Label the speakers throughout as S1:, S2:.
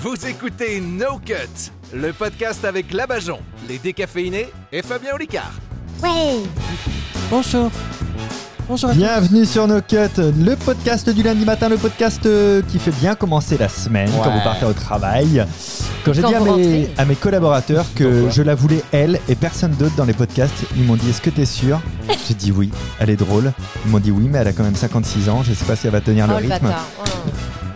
S1: Vous écoutez No Cut, le podcast avec Labajon, les décaféinés et Fabien Olicard.
S2: Ouais
S3: Bonjour. Bonjour à
S4: Bienvenue sur No Cut, le podcast du lundi matin, le podcast euh, qui fait bien commencer la semaine quand vous partez au travail. Quand j'ai
S2: Quand
S4: dit à
S2: vous
S4: mes,
S2: rentrez.
S4: à mes collaborateurs que je la voulais elle et personne d'autre dans les podcasts, ils m'ont dit Est-ce que t'es sûr J'ai dit oui, elle est drôle. Ils m'ont dit oui, mais elle a quand même 56 ans, je sais pas si elle va
S3: Ah,
S4: tenir le
S2: Oh le
S4: rythme.
S2: bâtard Oh.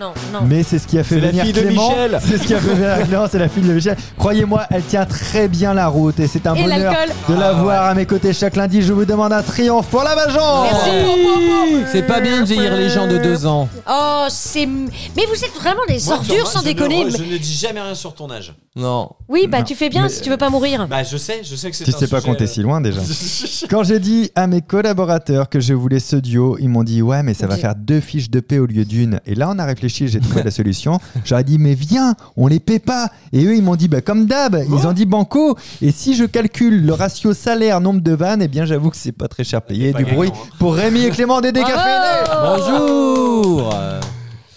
S2: Non, non.
S4: Mais c'est ce qui a fait
S3: C'est la
S4: venir
S3: fille de
S4: Clément.
S3: Michel.
S4: C'est ce qui a fait venir Clément, c'est la fille de Michel. Croyez-moi, elle tient très bien la route et c'est un
S2: Et
S4: bonheur
S2: l'alcool
S4: de
S3: Ah
S4: la voir à mes côtés chaque lundi. Je vous demande un triomphe pour la
S2: Oh.
S4: Bajon.
S2: Merci.
S3: C'est pas bien de vieillir les gens de deux ans.
S2: Oh, c'est... Mais vous êtes vraiment des
S5: Moi, sur
S2: ordures
S5: moi,
S2: sans
S5: je ne
S2: déconner
S5: re- je ne dis jamais rien sur ton âge.
S3: Non.
S2: Oui, bah tu fais bien si tu veux pas mourir.
S5: Bah, je sais, je sais que c'est.
S4: Tu
S5: un
S4: sais pas
S5: sujet,
S4: compter
S5: euh,
S4: si loin déjà. Quand j'ai dit à mes collaborateurs que je voulais ce duo, ils m'ont dit ouais mais ça va
S2: Ok.
S4: faire deux fiches de paix au lieu d'une. Et là on a réfléchi, j'ai trouvé la solution. J'aurais dit mais viens, on les paie pas. Et eux ils m'ont dit bah comme d'hab, ils ont dit banco. Et si je calcule le ratio salaire nombre de vannes, eh bien j'avoue que c'est pas très cher payé.
S5: pas
S4: Du
S5: gagnant,
S4: bruit
S5: hein. Ah
S4: pour Rémi et Clément des décaféinés.
S2: Bravo
S3: Bonjour.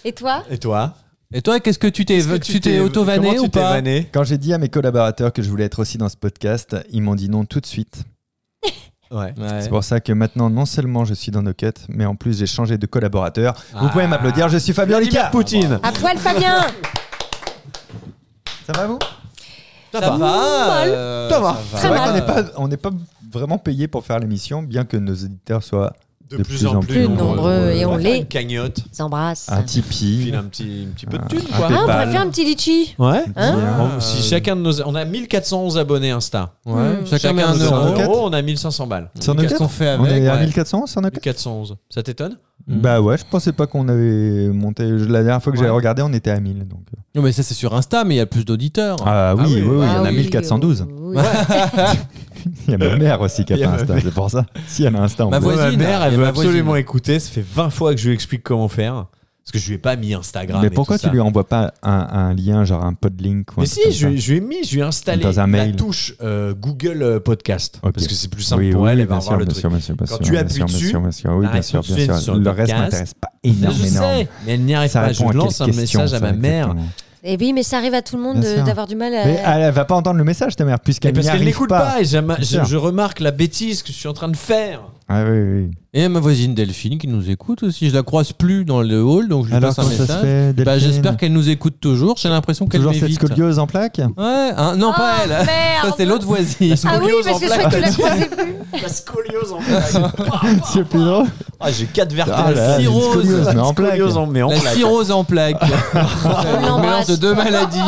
S2: Et toi
S5: Et toi
S3: Et toi, qu'est-ce que tu t'es
S5: euh, Est-ce que
S3: tu t'es auto-vanné
S5: comment tu
S3: ou
S5: t'es
S3: pas
S5: vanné
S4: Quand j'ai dit à mes collaborateurs que je voulais être aussi dans ce podcast, ils m'ont dit non tout de suite.
S5: Ouais.
S3: Ouais.
S4: C'est pour ça que maintenant, non seulement je suis dans nos quêtes, mais en plus j'ai changé de collaborateur. Vous
S5: Ah.
S4: pouvez m'applaudir, je suis Fabien
S5: Vladimir
S4: Licard.
S5: Poutine.
S2: À poil, Fabien
S4: Ça va vous
S3: Ça va. euh,
S4: Ça va.
S2: Très
S4: C'est vrai
S2: mal.
S4: qu'on n'est pas, on n'est pas vraiment payé pour faire l'émission, bien que nos éditeurs soient
S5: De, plus en plus,
S2: plus nombreux, et on
S5: va faire
S2: l'est.
S5: Une cagnotte.
S2: S'embrasse.
S3: Ah,
S4: un
S5: File
S4: Tipeee,
S5: un petit, un petit peu de
S4: un-
S5: thunes, Ah.
S4: un
S5: quoi.
S2: Ah, on pourrait
S4: Paypal.
S2: faire un petit litchi.
S5: Ouais.
S2: Hein
S4: Bien.
S5: On- si chacun de nos, on a 1411 abonnés Insta.
S3: Ouais.
S2: Mmh.
S3: Chacun
S5: de
S3: un
S5: nos
S3: euro.
S4: quatre.
S5: euros, on a 1500 balles.
S4: Sur nos
S3: Qu'est-ce qu'on
S4: quêtes
S3: fait
S4: on
S3: Oh, avec
S4: est à
S3: ouais.
S4: 1400 sur nos quêtes
S5: 1411. Ça t'étonne
S4: Bah ouais, je pensais pas qu'on avait monté. je- La dernière fois que j'avais
S5: Ouais.
S4: regardé, on était à 1000. Donc. euh.
S3: Non, mais ça, c'est sur Insta, mais il y a plus d'auditeurs.
S4: Ah, oui,
S5: oui,
S4: oui, oui, il y en
S2: Ah
S4: a
S2: oui,
S4: 1412.
S2: oui, oui.
S4: Il y a ma mère aussi qui a
S5: Il y
S4: pas
S5: a ma
S4: Insta, c'est pour ça. Si elle a Insta, on
S3: Ma
S4: peut-
S3: voisine.
S5: ma mère, elle
S3: Et
S5: veut
S3: ma
S5: absolument
S3: voisine.
S5: écouter. Ça fait 20 fois que je lui explique comment faire. Parce que je lui ai pas mis Instagram.
S4: Mais
S5: et
S4: pourquoi
S5: tout
S4: tu
S5: ça.
S4: lui envoies pas un, un lien, genre un podlink ou un
S5: Mais
S4: truc
S5: si,
S4: comme
S5: je,
S4: ça
S5: lui- je lui ai mis, je lui ai installé
S4: Dans un
S5: la
S4: mail.
S5: touche euh, Google euh, Podcast.
S4: Ok.
S5: Parce que c'est plus simple
S4: Oui,
S5: pour
S4: oui,
S5: elle,
S4: oui,
S5: elle va
S4: bien
S5: avoir
S4: sûr,
S5: le
S4: bien
S5: truc.
S4: sûr, bien sûr, bien
S5: Quand
S4: sûr,
S5: tu
S4: bien
S5: appuies
S4: sûr, bien
S5: dessus,
S4: sûr, bien sûr, oui,
S5: la
S4: bien sûr,
S5: réponse
S4: bien
S5: vient
S4: sûr.
S5: sur le
S4: Le reste
S5: podcast.
S4: m'intéresse pas
S5: Mais
S4: énorme,
S5: je
S4: énorme.
S5: sais, mais elle n'y arrive
S4: Ça
S5: pas.
S4: répond
S5: Je
S4: à
S5: lance un
S4: quelques questions,
S5: message à
S4: ça,
S5: ma mère.
S4: exactement.
S2: Et Eh oui, mais ça arrive à tout le monde
S4: Bien
S2: de-
S4: sûr.
S2: d'avoir du mal à...
S4: Mais
S3: ah,
S4: elle va pas entendre le message, ta mère,
S5: Mais
S4: puisqu'elle
S5: parce
S4: n'y
S5: qu'elle
S4: arrive
S5: n'écoute
S4: pas.
S5: pas, et j'ama-
S4: Bien
S5: je,
S4: sûr.
S5: je remarque la bêtise que je suis en train de faire.
S4: Ah oui, oui, oui.
S3: Et ma voisine Delphine qui nous écoute aussi. Je la croise plus dans le hall, donc je lui
S4: Alors
S3: passe un
S4: comment ça se
S3: message.
S4: fait
S3: Bah,
S4: Delphine
S3: J'espère qu'elle nous écoute toujours. J'ai l'impression qu'elle
S4: Toujours cette
S3: m'évite.
S4: scoliose en plaques
S3: Ouais, hein, non, pas
S2: Oh,
S3: elle.
S2: merde.
S3: Ça, c'est l'autre voisine.
S2: Ah oui,
S5: Scoliose
S2: parce
S5: en
S2: que je crois que tu la
S5: plaques.
S2: croisais plus.
S5: La scoliose en plaques.
S4: C'est plus drôle.
S5: Ah, j'ai quatre
S4: Ah
S5: vertèbres.
S4: là, là, j'ai une
S3: cirrhose.
S4: scoliose, mais
S5: La
S4: en plaques.
S5: scoliose en mais en
S3: La
S5: plaques.
S3: cirrhose en plaques. Le mélange
S2: l'embrasse.
S3: de deux maladies.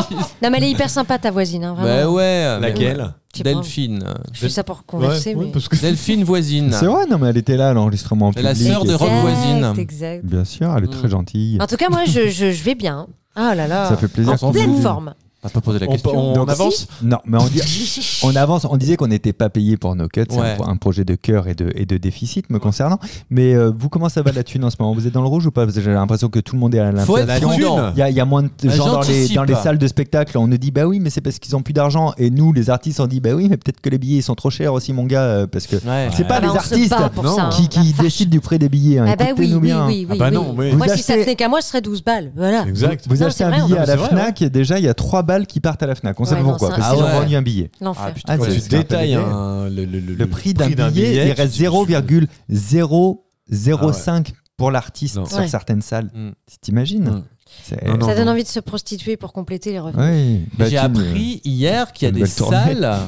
S2: Non, mais elle est hyper sympa, ta voisine. Hein,
S3: Bah
S2: vraiment.
S3: ouais. mais-
S5: Laquelle
S2: Je sais pas.
S3: Delphine.
S2: Je fais ça pour converser, Bah, mais...
S3: Delphine voisine.
S4: C'est vrai, non, mais elle était là à l'enregistrement en
S3: C'est
S4: public.
S3: la sœur de
S4: et-
S3: Rob. voisine.
S2: Exact, exact.
S4: Bien sûr, elle est très
S3: Mm.
S4: gentille.
S5: Ah.
S2: En tout cas, moi, je, je, je vais bien. Ah là là.
S4: Ça fait plaisir.
S3: on s'en
S4: qu'on
S2: Pleine
S4: vous-
S2: forme.
S3: On va pas poser la
S5: On,
S3: question.
S5: on
S4: Donc,
S5: avance
S4: Non, mais on, dit- on avance. On disait qu'on n'était pas payé pour nos cuts. C'est
S3: Ouais.
S4: un, pro- un projet de cœur et de, et de déficit me concernant. Mais euh, vous, comment ça va la thune en ce moment Vous êtes dans le rouge ou pas Parce que J'ai l'impression que tout le monde est à
S3: Faut être
S4: l'inflation.
S3: prudent.
S4: Il y, a, il y a moins de
S3: Ah,
S4: gens dans les,
S3: j'anticipe.
S4: dans les salles de spectacle. On nous dit bah oui, mais c'est parce qu'ils ont plus d'argent. Et nous, les artistes, on dit bah oui, mais peut-être que les billets ils sont trop chers aussi, mon gars, euh, parce que
S3: Ouais.
S4: c'est pas
S2: Ah bah,
S4: les
S2: on se
S4: artistes
S2: bat pour ça, hein.
S4: qui, qui
S2: La vache.
S4: décident du prix des billets. hein.
S2: Ah bah oui,
S4: Écoutez-nous
S2: oui, oui,
S4: bien.
S2: oui.
S5: Ah bah
S2: oui.
S5: non, mais-
S2: Moi,
S4: Vous
S2: si ça
S4: achetez-
S2: tenait qu'à moi, ce serait 12 balles. Voilà.
S5: Exact.
S4: Vous
S2: Non,
S4: achetez
S2: c'est
S4: un
S2: vrai,
S4: billet
S2: on-
S4: à la
S5: c'est vrai,
S4: FNAC et déjà il y a 3 balles qui partent à la FNAC. On sait
S2: Ouais,
S4: pas
S2: non,
S4: pourquoi.
S2: c'est
S4: Parce
S3: un-
S4: qu'ils ont
S3: Ah ouais.
S4: vendu un billet.
S3: Ah,
S2: L'enfer.
S3: putain, hein.
S4: Ah,
S5: Quand
S3: ouais.
S4: c'est-
S5: tu
S4: c'était un peu
S5: détailles
S4: dégueu.
S5: un- le, le- le-
S4: Le
S5: le
S4: prix d'un billet, il reste
S5: tu- tu-
S4: 0,005 pour l'artiste
S5: Non.
S4: sur
S2: Ouais.
S4: certaines salles.
S3: Mm.
S4: T'imagines
S3: Mm.
S4: C'est-
S5: Non, non.
S2: Ça donne envie de se prostituer pour compléter les revenus.
S4: Oui. Bah,
S3: J'ai
S4: tu-
S3: appris hier qu'il y a
S4: une
S3: des
S4: nouvelle tournée.
S3: salles.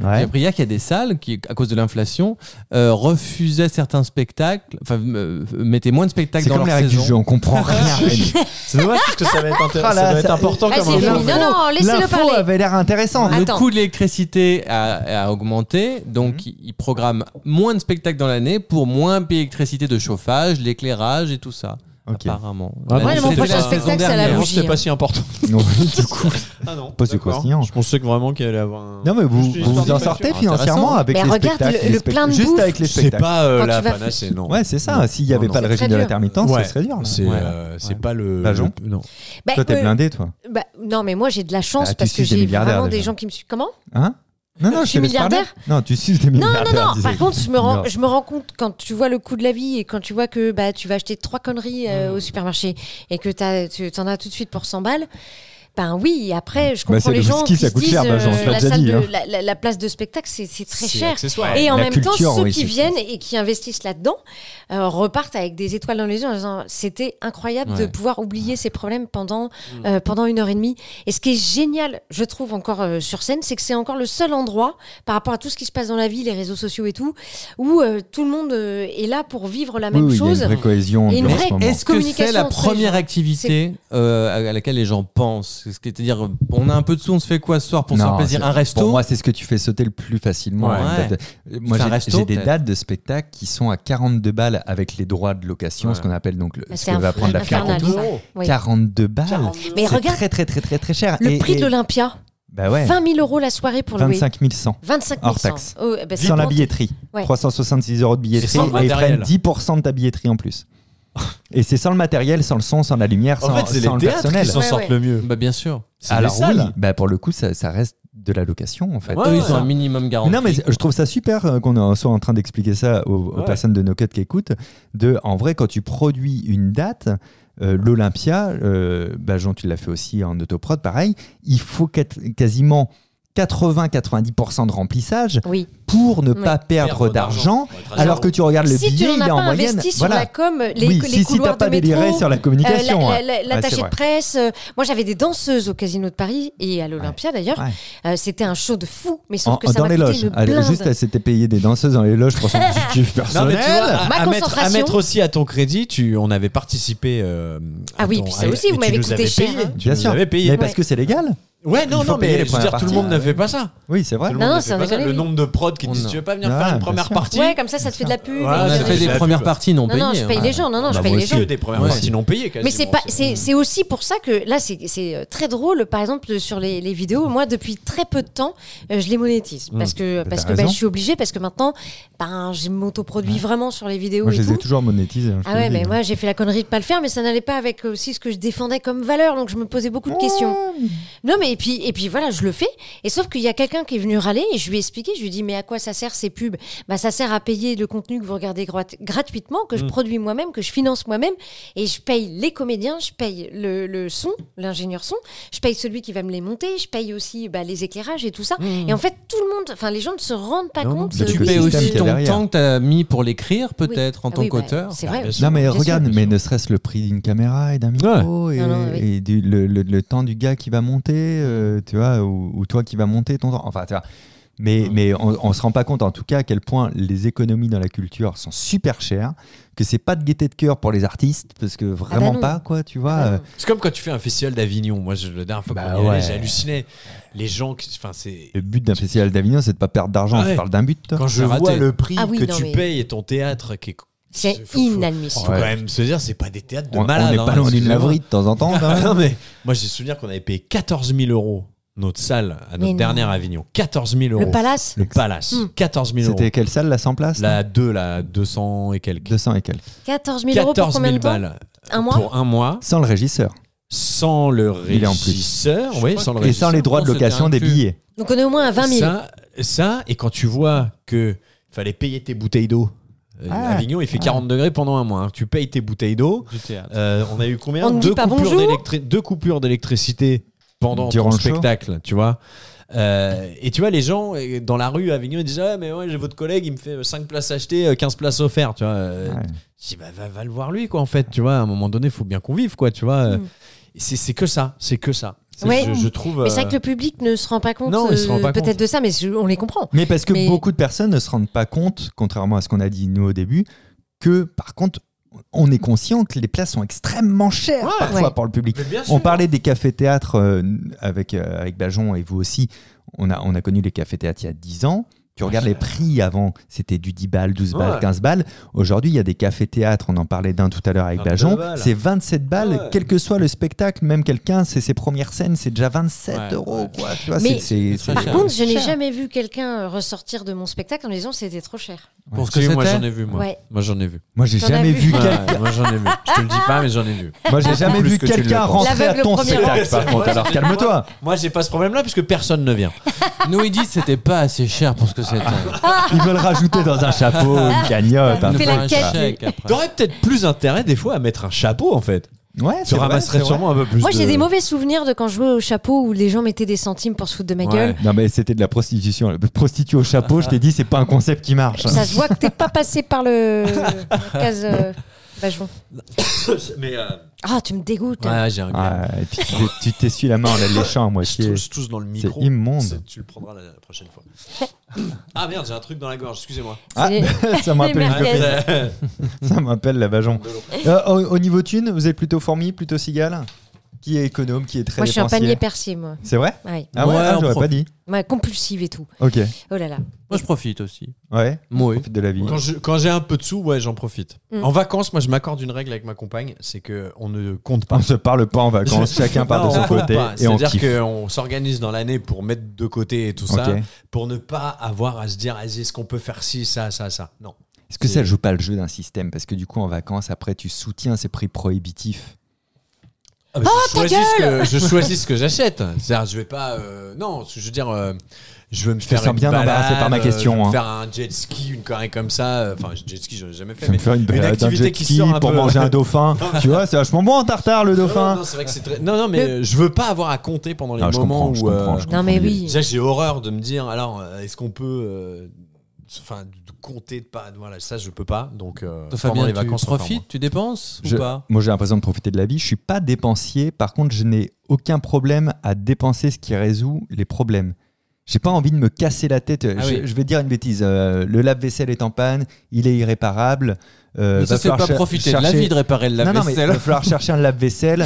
S3: J'ai
S4: Ouais.
S3: appris hier qu'il y a des salles qui, à cause de l'inflation, euh, refusaient certains spectacles, enfin, euh, mettaient moins de spectacles
S4: C'est
S3: dans
S4: comme les
S3: leur
S4: règles du
S3: saison.
S4: jeu, on comprend rien. Rémi.
S5: C'est dommage parce que ça va être,
S4: Ah
S5: intéressant.
S4: là,
S5: ça va être
S4: ça-
S5: important
S2: Ah,
S5: comme
S2: c'est
S5: info.
S2: fini. Non, non, laissez-le
S4: L'info
S2: parler.
S4: avait l'air intéressante.
S3: Le
S2: Attends.
S3: coût de l'électricité a, a augmenté, donc
S4: Mhm.
S3: ils ils programment moins de spectacles dans l'année pour moins payer l'électricité de chauffage, l'éclairage et tout ça.
S4: Ok.
S3: Apparemment.
S5: Ah
S3: L'année-
S5: bon,
S2: mon
S3: c'était
S2: prochain
S3: la saison
S2: spectacle, c'est à la
S3: dernière.
S2: bougie.
S5: C'était pas si important.
S4: Non, du coup,
S5: Ah non.
S4: Poste de
S5: d'accord.
S4: croissant.
S5: Je pensais que vraiment qu'il allait avoir un.
S4: non mais vous
S5: Juste une histoire
S4: vous, vous
S5: de
S4: en
S5: facture.
S4: sortez financièrement
S3: Intéressant.
S4: avec
S2: Mais
S4: les
S2: regarde
S4: spectacles,
S2: le-
S4: les
S2: le plein de
S4: spectacles- juste
S2: bouffe.
S4: avec les
S5: C'est
S4: spectacles.
S5: pas euh,
S2: Quand
S5: la
S2: tu vas-
S5: panacée, non.
S4: Ouais, c'est ça. S'il n'y
S5: Non,
S4: avait
S5: non.
S4: pas
S2: C'est
S4: le
S2: très
S4: régime de
S2: dur.
S4: l'intermittence,
S5: Ouais.
S4: ça serait dur. là.
S5: C'est euh, c'est pas le.
S4: Pas Jean
S5: le- Non.
S2: Bah,
S4: Toi, t'es
S2: euh,
S4: blindé, toi.
S2: bah, non, mais moi, j'ai de la chance
S4: Bah, tu
S2: parce que
S4: suces des
S2: j'ai
S4: milliardaires,
S2: vraiment des
S4: déjà.
S2: gens qui me suivent. Comment
S4: Hein Non, non,
S2: Je suis
S4: te laisse parler.
S2: milliardaire
S4: Non, tu suces des
S2: Non,
S4: milliardaires.
S2: non, non. Par
S4: disais-je.
S2: contre, je me, rends,
S4: Non.
S2: je me rends compte quand tu vois le coût de la vie et quand tu vois que bah, tu vas acheter trois conneries euh, au supermarché et que t'as- tu en as tout de suite pour 100 balles. Ben oui, après, je
S4: Bah,
S2: comprends
S4: c'est
S2: les
S4: le
S2: gens
S4: whisky,
S2: qui
S4: ça
S2: se
S4: coûte
S2: disent
S4: cher, bah, j'en ai
S2: euh, la,
S4: déjà
S2: salle
S4: dit,
S2: de-
S4: hein.
S2: la- la- la place de spectacle, c'est c'est très
S5: C'est
S2: cher.
S5: accessoire.
S2: Et en
S4: La
S2: même
S4: culture,
S2: temps, ceux
S4: oui,
S2: qui
S4: c'est-
S2: viennent et qui investissent là-dedans euh, repartent avec des étoiles dans les yeux en disant c'était incroyable de
S3: Ouais.
S2: pouvoir oublier ces problèmes pendant, euh, pendant une heure et demie. Et ce qui est génial, je trouve, encore euh, sur scène, c'est que c'est encore le seul endroit, par rapport à tout ce qui se passe dans la vie, les réseaux sociaux et tout, où euh, tout le monde euh, est là pour vivre la même
S4: oui, il y
S2: chose.
S4: a une vraie cohésion
S2: Et une
S4: en
S2: vraie-
S4: ce moment.
S2: est-ce
S3: Est-ce que
S2: Communication
S3: c'est la
S2: entre les
S3: première
S2: gens.
S3: activité euh, à laquelle les gens pensent C'est-à-dire, on a un peu de sous, on se fait quoi ce soir pour se faire
S4: Non,
S3: plaisir
S4: c'est-
S3: Un resto
S4: Pour moi, c'est ce que tu fais sauter le plus facilement.
S3: Ouais.
S4: Une date- Moi,
S3: Fais un
S4: j'ai-
S3: resto,
S4: j'ai des
S3: peut-être.
S4: dates de spectacle qui sont à 42 balles avec les droits de location,
S5: Ouais.
S4: ce qu'on appelle donc le,
S2: Bah,
S4: ce
S2: c'est
S4: que va
S2: inf-
S4: prendre la
S2: infernal.
S4: carte.
S2: Infernal. Oui.
S4: 42 balles.
S2: Mais
S4: C'est
S2: regarde
S4: très très très très très cher.
S2: le
S4: Et-
S2: prix
S4: et-
S2: de l'Olympia,
S4: Bah ouais.
S2: 20 000 euros la soirée pour louer.
S4: 25 100.
S2: 25
S4: Hors
S2: 000
S4: taxe.
S2: Oh, eh ben, c'est
S4: Sans la
S2: bon.
S4: billetterie.
S2: Ouais.
S4: 366 euros de billetterie.
S5: sans le
S4: Et ils
S5: matériel.
S4: prennent 10% de ta billetterie en plus. Et c'est sans le matériel, sans le son, sans la lumière, sans,
S5: En fait, c'est les
S4: sans le
S5: théâtres
S4: personnel.
S5: qui s'en
S2: Ouais,
S5: sortent
S2: ouais.
S5: le mieux.
S3: Bah, bien sûr.
S5: C'est
S4: Alors
S5: les
S4: oui,
S5: salles.
S4: bah pour le coup, ça, ça reste de la location en fait.
S5: Ouais,
S3: Eux, ils
S5: ouais.
S3: ont un minimum garanti.
S4: Non, mais je trouve ça super euh, qu'on en soit en train d'expliquer ça aux, aux
S5: Ouais.
S4: personnes de No Cut qui écoutent. De, en vrai, quand tu produis une date, euh, l'Olympia, euh, bah, Jean, tu l'as fait aussi en autoprod, pareil, il faut quat- quasiment 80-90% de remplissage
S2: Oui.
S4: pour ne pas perdre d'argent. Alors que tu regardes Ah, le
S2: si tu
S4: billet,
S2: n'en
S4: il
S2: as
S4: est
S2: pas
S4: en
S2: investi
S4: moyenne.
S2: sur la
S4: voilà.
S2: com, les,
S4: oui,
S2: les
S4: si, si t'as
S2: couloirs
S4: pas
S2: de
S4: déliré
S2: métro,
S4: sur la
S2: euh, la-
S4: communication.
S2: la-
S4: hein. ouais.
S2: la- l'attaché
S4: c'est
S2: de
S4: vrai.
S2: presse. euh, moi, j'avais des danseuses au Casino de Paris et à l'Olympia d'ailleurs.
S4: Ouais.
S2: Euh, C'était un show de fou, mais sauf
S4: En-
S2: que ça
S4: dans
S2: m'a
S4: les
S2: coûté
S4: loges.
S2: une
S4: Elle-
S2: blinde.
S4: juste, elle s'était payée des danseuses dans les loges pour son petit kiff
S5: Non, mais
S4: personnel.
S5: tu vois, à,
S2: Ma
S5: à mettre, à
S2: concentration.
S5: mettre aussi à ton crédit, tu, on avait participé. euh, à
S2: Ah oui,
S5: ton-
S2: puis ça
S5: à-
S2: aussi,
S5: et
S2: vous
S5: tu
S2: m'avez
S5: nous
S2: coûté
S5: avais
S2: cher,
S5: payé,
S2: hein.
S5: tu
S4: Bien
S5: nous
S4: sûr.
S5: avais payé.
S4: Mais parce que c'est légal.
S5: Ouais, non,
S4: faut
S5: non, mais
S4: payer les
S5: je veux
S4: premières
S5: dire, tout le monde
S4: parties.
S5: ne fait pas ça.
S4: Oui, c'est vrai.
S5: Tout le
S2: Non,
S5: monde ne
S2: ça m'a
S5: fait pas ça.
S2: donné
S5: Le
S2: vie.
S5: nombre de prods qui
S3: On
S5: disent
S3: a-
S5: Tu veux pas venir
S4: Ouais,
S5: faire
S4: bien
S5: une première
S4: sûr.
S5: partie
S2: Ouais, comme ça, ça te fait de la pub.
S5: Ouais,
S4: Ah,
S3: On
S5: c'est
S3: a fait
S5: de
S3: des
S5: la
S3: premières
S5: pub.
S3: parties non
S2: Non,
S3: payées.
S2: non, je paye
S3: hein.
S2: les gens. Non, non,
S4: Bah,
S2: je paye
S4: moi
S2: les
S4: aussi,
S2: gens.
S5: Que euh, des premières
S3: Ouais.
S5: parties non payées, quasiment.
S2: Mais c'est pas, c'est
S5: c'est-
S2: c'est aussi pour ça que là, c'est- c'est euh, très drôle. Par exemple, de- sur les, les vidéos, moi, depuis très peu de temps, euh, je les monétise
S5: Mm.
S2: parce que
S4: Bah,
S2: parce
S4: t'as
S2: que bah,
S4: raison.
S2: je suis obligée parce que maintenant, ben, je m'autoproduis vraiment sur les vidéos
S4: Moi,
S2: et
S4: je les ai
S2: tout.
S4: toujours monétisés. hein, je
S2: Ah
S4: te
S2: ouais,
S4: le dis.
S2: mais moi j'ai fait la connerie de pas le faire, mais ça n'allait pas avec euh, aussi ce que je défendais comme valeur, donc je me posais
S4: Oh.
S2: beaucoup de questions.
S4: Ah,
S2: Non, mais et puis, et puis voilà, je le fais. Et sauf qu'il y a quelqu'un qui est venu râler et je lui ai expliqué, je lui ai dit, mais à quoi ça sert ces pubs bah, Ça sert à payer le contenu que vous regardez grat- gratuitement, que je
S5: Mm.
S2: produis moi-même, que je finance moi-même. Et je paye les comédiens, je paye le, le son, l'ingénieur son, je paye celui qui va me les monter, je paye aussi bah, les éclairages et tout ça. Et en fait, tout le monde, enfin, les gens ne se rendent pas
S5: Non, non,
S2: compte.
S4: mais
S2: euh,
S3: Tu
S4: Le
S3: payes
S4: système
S3: aussi
S4: qu'il y a
S3: ton
S4: derrière.
S3: temps que t'as mis pour l'écrire, peut-être, en
S2: ah
S3: tant
S2: oui, bah,
S3: qu'auteur.
S2: C'est vrai.
S5: Bien
S4: Non mais
S2: Bien sûr,
S4: regarde,
S2: bien
S4: mais
S2: sûr.
S4: ne serait-ce le prix d'une caméra et d'un micro et,
S2: Non, non, oui.
S4: et du- le, le- le temps du gars qui va monter, euh, tu vois, ou, ou toi qui va monter ton temps. Enfin, tu vois. Mais, mais on, on se rend pas compte en tout cas à quel point les économies dans la culture sont super chères, que c'est pas de gaieté de cœur pour les artistes parce que vraiment
S2: non.
S4: pas quoi, tu vois.
S2: Ah bah non.
S4: euh,
S5: C'est comme quand tu fais un festival d'Avignon. Moi, je, la dernière fois
S4: Bah
S5: qu'on y allait,
S4: ouais.
S5: j'hallucinais. Les gens, qui- enfin, c'est.
S4: le but d'un festival d'Avignon, c'est de pas perdre d'argent.
S5: Ah ouais.
S4: Tu parles d'un but. Toi.
S5: Quand je
S3: T'as
S5: vois
S3: raté.
S5: le prix
S2: Ah oui,
S5: que
S2: non,
S5: tu
S2: mais-
S5: payes et ton théâtre qui est.
S2: C'est
S5: faut- faut-
S2: inadmissible.
S5: Faut quand
S4: Ouais.
S5: même se dire, c'est pas des théâtres de
S4: on, on
S5: malades.
S4: est
S5: hein,
S4: pas loin d'une
S5: excusez-moi.
S4: laverie de temps en temps. quand
S5: Ah
S4: même.
S5: non, mais moi j'ai souvenir qu'on avait payé 14 000 euros notre salle à
S2: Mais
S5: notre
S2: non.
S5: dernière Avignon. 14 000 euros.
S2: Le palace
S5: Le palace.
S2: Hmm.
S5: 14 000 euros.
S4: C'était quelle salle la 100 places
S5: La 2, la 200 et quelques.
S4: 200 et quelques.
S2: 14 000 euros pour
S5: 14
S2: combien
S5: 000
S2: de temps
S5: balles.
S2: Un mois
S5: Pour un mois,
S4: Sans le régisseur
S5: sans le
S4: Il est en plus.
S5: régisseur.
S3: Je
S5: Oui,
S3: crois
S5: sans le
S3: que-
S4: et
S5: régisseur.
S4: sans les droits de
S3: c'était
S4: location des
S3: inclus.
S4: billets.
S2: Donc on est au moins à 20 000.
S5: Ça, ça, et quand tu vois que fallait payer tes bouteilles d'eau. Euh,
S4: Ah.
S5: Avignon, il fait 40 degrés pendant un mois. hein. Tu payes tes bouteilles d'eau.
S3: Du théâtre.
S5: Euh, on a eu combien
S2: On ne dit
S5: deux
S2: pas
S5: coupures,
S2: bonjour
S5: d'électri- deux coupures d'électricité pendant
S4: Durant
S5: ton
S4: le show.
S5: spectacle, tu vois. Euh, et tu vois, les gens euh, dans la rue à Avignon, ils disent Ah, mais ouais, j'ai votre collègue, il me fait 5 places achetées, euh, 15 places offertes, tu vois. Euh,
S4: Ouais.
S5: Je dis bah, va, va le voir lui, quoi, en fait, tu vois. À un moment donné, faut bien qu'on vive, quoi, tu vois. Euh,
S2: Mm.
S5: C'est c'est que ça, c'est que ça. C'est-
S2: Ouais.
S5: Je, je trouve.
S2: Mais c'est
S5: euh,
S2: vrai que le public ne se rend pas compte
S5: Non, il se rend
S2: euh,
S5: pas compte.
S2: peut-être de ça, mais je- on les comprend.
S4: Mais parce que
S2: Mais-
S4: beaucoup de personnes ne se rendent pas compte, contrairement à ce qu'on a dit nous au début, que par contre, on est conscient que les places sont extrêmement chères
S5: Ouais.
S4: parfois
S2: Ouais.
S4: pour le public.
S5: mais bien sûr.
S4: On parlait des cafés-théâtres euh, avec, euh, avec Bajon et vous aussi. On a, on a connu les cafés-théâtres il y a 10 ans. Tu regardes les prix avant, c'était du 10 balles, 12 balles,
S5: Ouais.
S4: 15 balles. Aujourd'hui, il y a des cafés-théâtres, on en parlait d'un tout à l'heure avec
S5: 22
S4: Bajon,
S5: balles.
S4: c'est 27 balles,
S5: Ouais.
S4: quel que soit le spectacle, même quelqu'un, c'est ses premières scènes, c'est déjà 27
S3: Ouais,
S4: euros.
S3: ouais.
S4: Quoi. Tu vois,
S2: Mais-
S4: c'est- c'est-
S3: Très
S2: Par
S3: cher.
S2: contre, je n'ai
S4: cher.
S2: jamais vu quelqu'un euh, ressortir de mon spectacle en me disant c'était trop cher.
S3: Pour ce que
S5: Si, moi
S3: c'était.
S5: j'en ai vu, moi.
S2: Ouais.
S5: Moi j'en ai vu.
S4: Moi, j'ai
S2: T'en as
S4: jamais
S2: vu
S4: vu
S5: Ouais,
S4: quelqu'un.
S5: moi j'en ai vu. Je te le dis pas, mais j'en ai vu.
S4: Moi, j'ai jamais
S5: Plus
S4: vu
S5: que tu ne le
S4: quelqu'un
S5: penses.
S4: rentrer à
S2: L'aveugle
S4: ton
S2: premier
S4: spectacle, par contre. Alors,
S5: Ouais.
S4: calme-toi.
S5: Moi j'ai pas ce problème-là puisque personne ne vient.
S3: Nous, ils disent que c'était pas assez cher pour ce que c'était.
S4: Ils veulent rajouter dans un
S2: Ah,
S4: chapeau une cagnotte.
S3: Ils
S4: un
S3: nous
S2: Fais
S4: truc.
S2: la
S3: font un
S2: quête.
S3: chèque après.
S5: T'aurais peut-être plus intérêt des fois à mettre un chapeau en fait.
S4: Ouais,
S5: Tu
S4: c'est vrai,
S5: ramasserais
S4: c'est vrai.
S5: sûrement un peu plus.
S2: Moi, j'ai
S5: de-
S2: des mauvais souvenirs de quand je jouais au chapeau où les gens mettaient des centimes pour se foutre de ma
S3: Ouais.
S2: gueule.
S4: Non, mais c'était de la prostitution. Le prostituée au chapeau, je t'ai dit, c'est pas un concept qui marche.
S2: Ça se voit que t'es pas passé par le la case euh, Bajon.
S5: Mais, euh,
S2: Ah, tu me dégoûtes.
S5: Ouais, j'ai un gars.
S4: Ah, et puis tu t'es- tu t'essuies la main en la léchant à
S5: Je
S4: moitié.
S5: tousse- je tousse dans le micro.
S4: immonde.
S5: C'est- Tu le prendras la, la prochaine fois. ah merde, j'ai un truc dans la gorge, excusez-moi.
S4: Ah,
S2: C'est-
S4: ça me rappelle,
S2: merguez.
S4: une
S2: Yes.
S5: Euh,
S4: copine. ça me rappelle la Bajon. Euh, au, au niveau thune, vous êtes plutôt fourmi, plutôt cigale Qui est économe, qui est très
S2: Moi, je suis un
S4: dépensier
S2: panier percé, moi.
S4: C'est vrai
S2: Ouais.
S4: Ah ouais,
S3: Ouais,
S4: ah,
S3: on
S4: j'aurais
S3: prof-
S4: pas dit.
S2: Ouais, compulsive et tout.
S4: Ok,
S2: Oh là là.
S3: Moi, je profite aussi.
S4: ouais,
S3: Moi,
S4: profite de la vie.
S5: Quand je- quand j'ai un peu de sous, ouais, j'en profite.
S2: Mm.
S5: En vacances, moi, je m'accorde une règle avec ma compagne, c'est que on ne compte pas.
S4: On se parle pas en vacances, chacun part
S5: Non,
S4: de son
S5: on compte
S4: côté
S5: pas.
S4: et on
S5: C'est-à-dire
S4: kiffe.
S5: qu'on s'organise dans l'année pour mettre de côté et tout ça,
S4: Ok.
S5: pour ne pas avoir à se dire, vas-y, est-ce qu'on peut faire ci, ça, ça, ça. Non.
S4: Est-ce que
S5: C'est-
S4: ça joue pas le jeu d'un système Parce que du coup, en vacances, après, tu soutiens ces prix prohibitifs.
S5: Ah bah, je, choisis ce que, je choisis ce que j'achète. C'est-à-dire, je vais pas. euh, non, je veux dire, euh, je veux me faire.
S4: sens
S5: une
S4: bien
S5: balade,
S4: embarrassé par ma
S5: euh,
S4: question,
S5: je veux me
S4: hein.
S5: faire un jet ski, une carrée comme ça. euh, Enfin, jet ski, j'en ai jamais fait.
S4: Je vais me
S5: mais
S4: faire une balade d'un
S5: activité
S4: jet
S5: qui
S4: ski
S5: sort un
S4: pour
S5: peu-
S4: manger un dauphin. tu vois, c'est vachement bon en tartare le
S5: Non,
S4: dauphin.
S5: non, c'est vrai que c'est très- Non, non, mais euh, je veux pas avoir à compter pendant les
S4: Ah, je
S5: moments
S4: comprends, je
S5: où. euh,
S4: comprends, je comprends
S2: Non, mais
S4: l'idée.
S2: oui.
S5: Déjà, j'ai horreur de me dire, alors, euh, est-ce qu'on peut. euh, Enfin, de compter, de pas. Voilà, ça, je peux pas. Donc, euh, pendant
S3: Fabien,
S5: les
S3: tu
S5: vacances, encore
S3: profites, tu dépenses
S4: Je-
S3: ou pas
S4: Moi, j'ai l'impression de profiter de la vie. Je suis pas dépensier. Par contre, je n'ai aucun problème à dépenser ce qui résout les problèmes. J'ai pas envie de me casser la tête.
S3: Ah
S4: je,
S3: oui.
S4: je vais dire une bêtise. Euh, le lave-vaisselle est en panne. Il est irréparable. Euh,
S3: Mais Ça,
S4: va
S3: c'est
S4: falloir
S3: pas
S4: cher-
S3: profiter de
S4: chercher-
S3: la vie de réparer le
S4: Non, non, mais il
S3: lave-vaisselle.
S4: va falloir chercher un lave-vaisselle.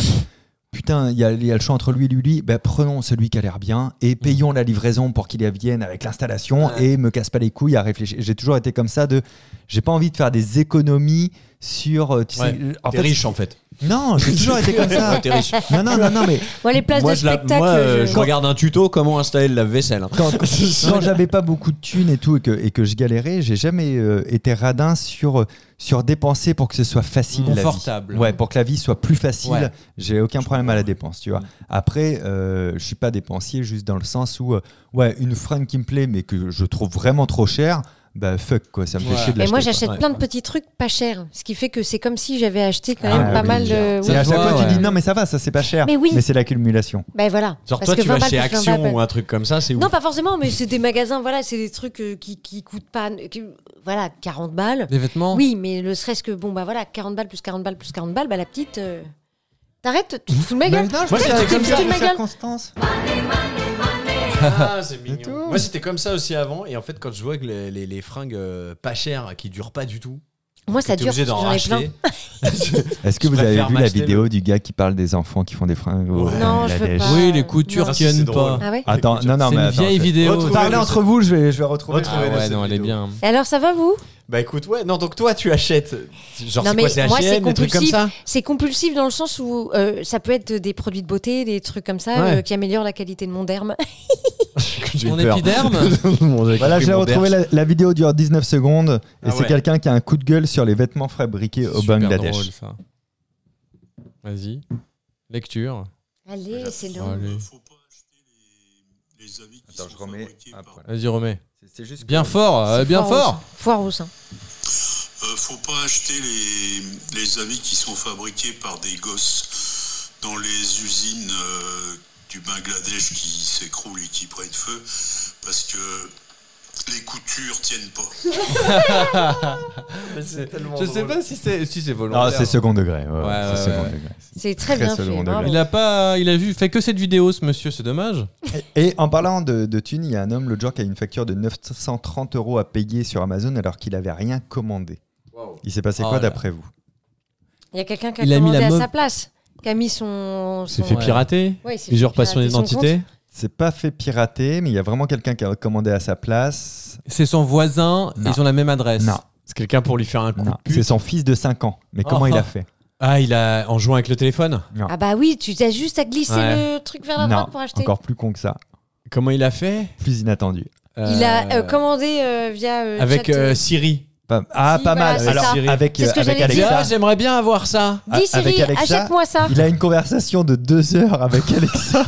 S4: Putain, il y, a- il y a le choix entre lui et lui. Ben, prenons celui qui a l'air bien et payons la livraison pour qu'il y vienne avec l'installation
S5: Ouais.
S4: et me casse pas les couilles à réfléchir. J'ai toujours été comme ça de. J'ai pas envie de faire des économies sur. euh, Tu
S5: Ouais.
S4: sais, en
S5: T'es
S4: fait,
S5: riche, en fait.
S4: non, j'ai toujours été comme ça.
S5: Ouais, T'es riche.
S4: Non, non, non, non, mais
S2: Moi, les places
S5: moi,
S2: de
S5: je, la-
S2: spectacle.
S5: moi, euh,
S2: je- Ah,
S5: je regarde un tuto comment installer le lave-vaisselle. hein.
S4: quand, quand j'avais pas beaucoup de thunes et tout et que, et que je galérais, j'ai jamais euh, été radin sur, sur dépenser pour que ce soit facile. la vie.
S3: Confortable.
S4: Ouais, pour que la vie soit plus facile,
S3: Ouais.
S4: j'ai aucun problème à la
S3: comprends,
S4: dépense, tu vois.
S3: Mm.
S4: Après, euh, je suis pas dépensier juste dans le sens où, euh, ouais, une fringue qui me plaît mais que je trouve vraiment trop chère, bah fuck quoi, ça me
S3: Ouais.
S4: fait chier de
S2: Et
S4: l'acheter.
S2: moi, j'achète
S5: Ouais.
S2: plein de petits trucs pas chers. Ce qui fait que c'est comme si j'avais acheté quand
S4: Ah,
S2: même pas
S4: oui,
S2: mal
S5: déjà.
S2: de.
S4: Et
S2: Oui.
S4: à
S3: Ça
S4: chaque
S3: se
S4: fois,
S3: voit,
S4: tu dis
S3: ouais.
S4: non mais ça va, ça c'est pas cher.
S2: Mais oui.
S4: c'est l'accumulation.
S2: Ben voilà.
S5: Genre,
S2: Parce
S5: toi,
S2: que
S5: tu
S2: 20
S5: vas
S2: balles
S5: chez
S2: plus 20
S5: Action
S2: balles.
S5: ou un truc comme ça, c'est où
S2: Non, pas forcément, mais c'est des magasins, voilà, c'est des trucs euh, qui, qui coûtent pas. qui- voilà, 40 balles.
S3: Des vêtements
S2: Oui, mais le serait-ce que, bon, bah voilà, 40 balles plus 40 balles plus 40 balles, bah la petite. euh, T'arrêtes, tu te fous de ma
S3: Bah,
S2: gueule.
S4: non,
S5: Moi, j'étais
S4: j'étais
S5: comme ça,
S2: ma gueule.
S4: circonstances.
S5: Ah, c'est
S4: tout.
S5: mignon. Moi, j'étais comme ça aussi avant. Et en fait, quand je vois que les, les- les fringues euh, pas chères qui durent pas du tout,
S2: Moi,
S5: que
S2: ça
S5: t'es
S2: dure,
S5: obligé d'en
S2: j'en ai plein.
S5: racheter.
S4: Est-ce que
S5: Je
S4: vous avez
S5: préfère
S4: vu la
S5: m'acheter
S4: vidéo du gars qui parle des enfants qui font des fringues au-
S5: Ouais.
S2: Non,
S4: à
S2: je veux
S4: Bangladesh
S2: pas.
S3: Oui, les coutures
S2: Non.
S3: qui
S5: Ah, si, c'est
S3: viennent
S5: drôle.
S3: pas.
S2: Ah ouais
S4: Attends, non non
S3: C'est
S4: mais
S3: une
S4: attends,
S3: vieille
S4: je-
S3: vidéo.
S5: Retrouve-
S4: Parlez entre vous, je vais je vais retrouver.
S5: Retrouve-
S3: Ah ouais,
S5: cette
S3: non, elle est
S5: vidéo.
S3: bien.
S2: Et alors, ça va, vous
S5: Bah écoute, ouais. Non, donc toi, tu achètes. Genre,
S2: Non,
S5: c'est
S2: mais
S5: quoi, c'est
S2: moi, c'est
S5: H&M, des trucs comme
S2: compulsif.
S5: ça
S2: C'est compulsif dans le sens où euh, ça peut être des produits de beauté, des trucs comme ça,
S5: Ouais.
S2: euh, qui améliorent la qualité de mon derme.
S5: J'ai
S3: Mon
S5: eu peur.
S3: épiderme
S5: Bon, j'ai
S4: Voilà,
S5: compris
S4: j'ai
S5: mon
S4: retrouvé
S5: derge.
S4: la, la vidéo dure 19 secondes et
S5: Ah
S4: c'est
S5: ouais.
S4: quelqu'un qui a un coup de gueule sur les vêtements fabriqués au
S3: Super
S4: Bangladesh.
S3: drôle, ça. Vas-y. Lecture.
S2: Allez, c'est
S5: Bah,
S2: long.
S3: Allez.
S6: faut pas acheter les, les avis qui
S4: Mmh. Attends,
S6: sont
S4: je remets. Ah,
S6: fabriqués
S4: Hop,
S6: par-
S4: voilà.
S3: Vas-y, remets.
S4: C'est juste
S3: Bien fort, euh,
S2: C'est
S3: bien
S2: foireux,
S3: fort.
S2: ça. Foireux, ça.
S6: Euh, faut pas acheter les, les avis qui sont fabriqués par des gosses dans les usines euh, du Bangladesh qui s'écroulent et qui prennent feu parce que les coutures tiennent pas.
S3: Je sais pas si c'est si c'est
S4: Ah,
S3: volontaire.
S4: c'est second degré. ouais,
S3: Ouais,
S4: c'est
S3: ouais,
S4: second
S3: ouais.
S4: degré.
S2: C'est très,
S4: Très
S2: bien
S4: second
S2: fait.
S4: degré.
S2: bravo.
S3: Il a pas, il a vu, fait que cette vidéo, ce monsieur, c'est dommage.
S4: Et en parlant de, de thunes, il y a un homme l'autre jour qui a une facture de 930 euros à payer sur Amazon alors qu'il avait rien commandé. Il s'est passé
S3: Oh
S4: quoi
S3: là.
S4: d'après vous
S2: Il y a quelqu'un qui a
S3: Il a mis
S2: commandé
S3: la
S2: à
S3: mauve-
S2: sa place, qui a mis son.
S5: C'est
S2: son-
S5: fait
S3: Ouais.
S5: pirater
S2: Ouais, il s'est fait
S5: Usurpation
S2: pirater son
S5: d'identité
S4: C'est pas fait pirater, mais il y a vraiment quelqu'un qui a commandé à sa place.
S3: C'est son voisin,
S4: Non.
S3: ils ont la même adresse.
S4: Non,
S5: C'est quelqu'un pour lui faire un coup
S4: non.
S5: de pute
S4: c'est son fils de 5 ans. Mais comment
S3: Oh.
S4: il a fait
S5: Ah, il a en jouant avec le téléphone
S2: Ah bah oui, tu as juste à glisser
S5: Ouais.
S2: le truc vers la
S4: Non,
S2: droite pour acheter.
S4: encore plus con que ça.
S5: Comment il a fait
S4: Plus inattendu.
S2: Il a
S5: Euh,
S2: euh, commandé euh, via euh,
S5: avec
S2: chat, euh,
S5: euh, Siri.
S4: Pas- ah,
S2: Si,
S4: pas
S2: voilà,
S4: mal.
S5: c'est
S4: Alors,
S5: ça.
S4: avec, euh,
S2: C'est ce que
S4: avec
S2: j'allais
S5: Il dit,
S2: dire.
S5: ah,
S4: Alexa,
S5: j'aimerais bien avoir ça.
S4: a-
S2: euh, Dis Siri,
S4: avec Alexa,
S2: achète-moi ça.
S4: il a une conversation de deux heures avec Alexa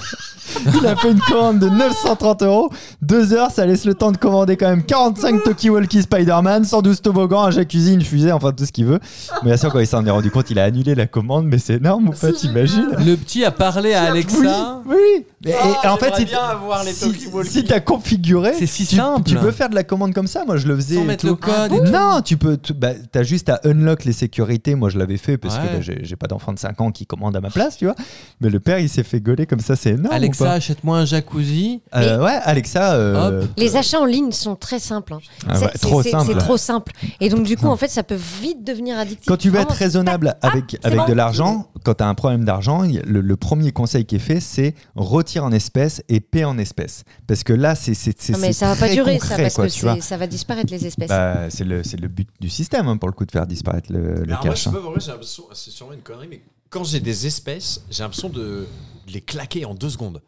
S4: Il a fait une commande de 930 euros. Deux heures, ça laisse le temps de commander quand même 45 Tokiwalki Spider-Man, 112 toboggans, un jacuzzi, une fusée, enfin tout ce qu'il veut. Mais bien sûr, quand il s'en est rendu compte, il a annulé la commande, mais c'est énorme ou pas, t'imagines
S3: Le petit a parlé à Alexa. Ah,
S4: Oui, oui. Et, et
S5: Oh,
S4: en fait,
S5: j'aimerais
S4: si,
S5: bien avoir les
S4: si,
S5: Tokiwalki.
S4: si t'as configuré,
S3: C'est si
S4: tu,
S3: simple.
S4: tu peux faire de la commande comme ça. Moi, je le faisais.
S3: Sans
S4: et
S3: mettre
S4: tout.
S3: le code et
S4: Non, tu peux. tu- bah, t'as juste à unlock les sécurités. Moi, je l'avais fait parce
S3: Ouais.
S4: que bah, j'ai j'ai pas d'enfant de 5 ans qui commande à ma place, tu vois. Mais le père, il s'est fait gueuler comme ça. C'est énorme. Ah, ou
S3: Alexa,
S4: pas
S3: achète-moi un jacuzzi.
S4: Euh, ouais, Alexa. euh,
S3: Hop.
S2: Les achats en ligne sont très simples. hein.
S4: Ah
S2: Ça,
S4: ouais,
S2: c'est-
S4: trop
S2: c'est-
S4: simple.
S2: C'est trop simple. Et donc, du coup, en fait, ça peut vite devenir addictif.
S4: Quand tu veux être
S2: Vraiment.
S4: raisonnable avec,
S2: Ah, c'est
S4: avec
S2: bon.
S4: de l'argent, quand tu as un problème d'argent, il y a- le, le premier conseil qui est fait, c'est retire en espèces et paie en espèces. Parce que là, c'est c'est- c'est-
S2: Non, mais
S4: c'est
S2: ça va pas
S4: très
S2: durer, ça,
S4: concret,
S2: parce
S4: quoi,
S2: que
S4: tu vois.
S2: c'est- ça va disparaître, les espèces.
S4: Bah, c'est le, c'est le but du système, hein, pour le coup, de faire disparaître le, le
S5: Alors moi, je
S4: cash.
S5: sais
S4: hein.
S5: pas pourquoi, j'ai l'impression, ah, c'est sûrement une connerie, mais quand j'ai des espèces, j'ai l'impression de de les claquer en deux secondes.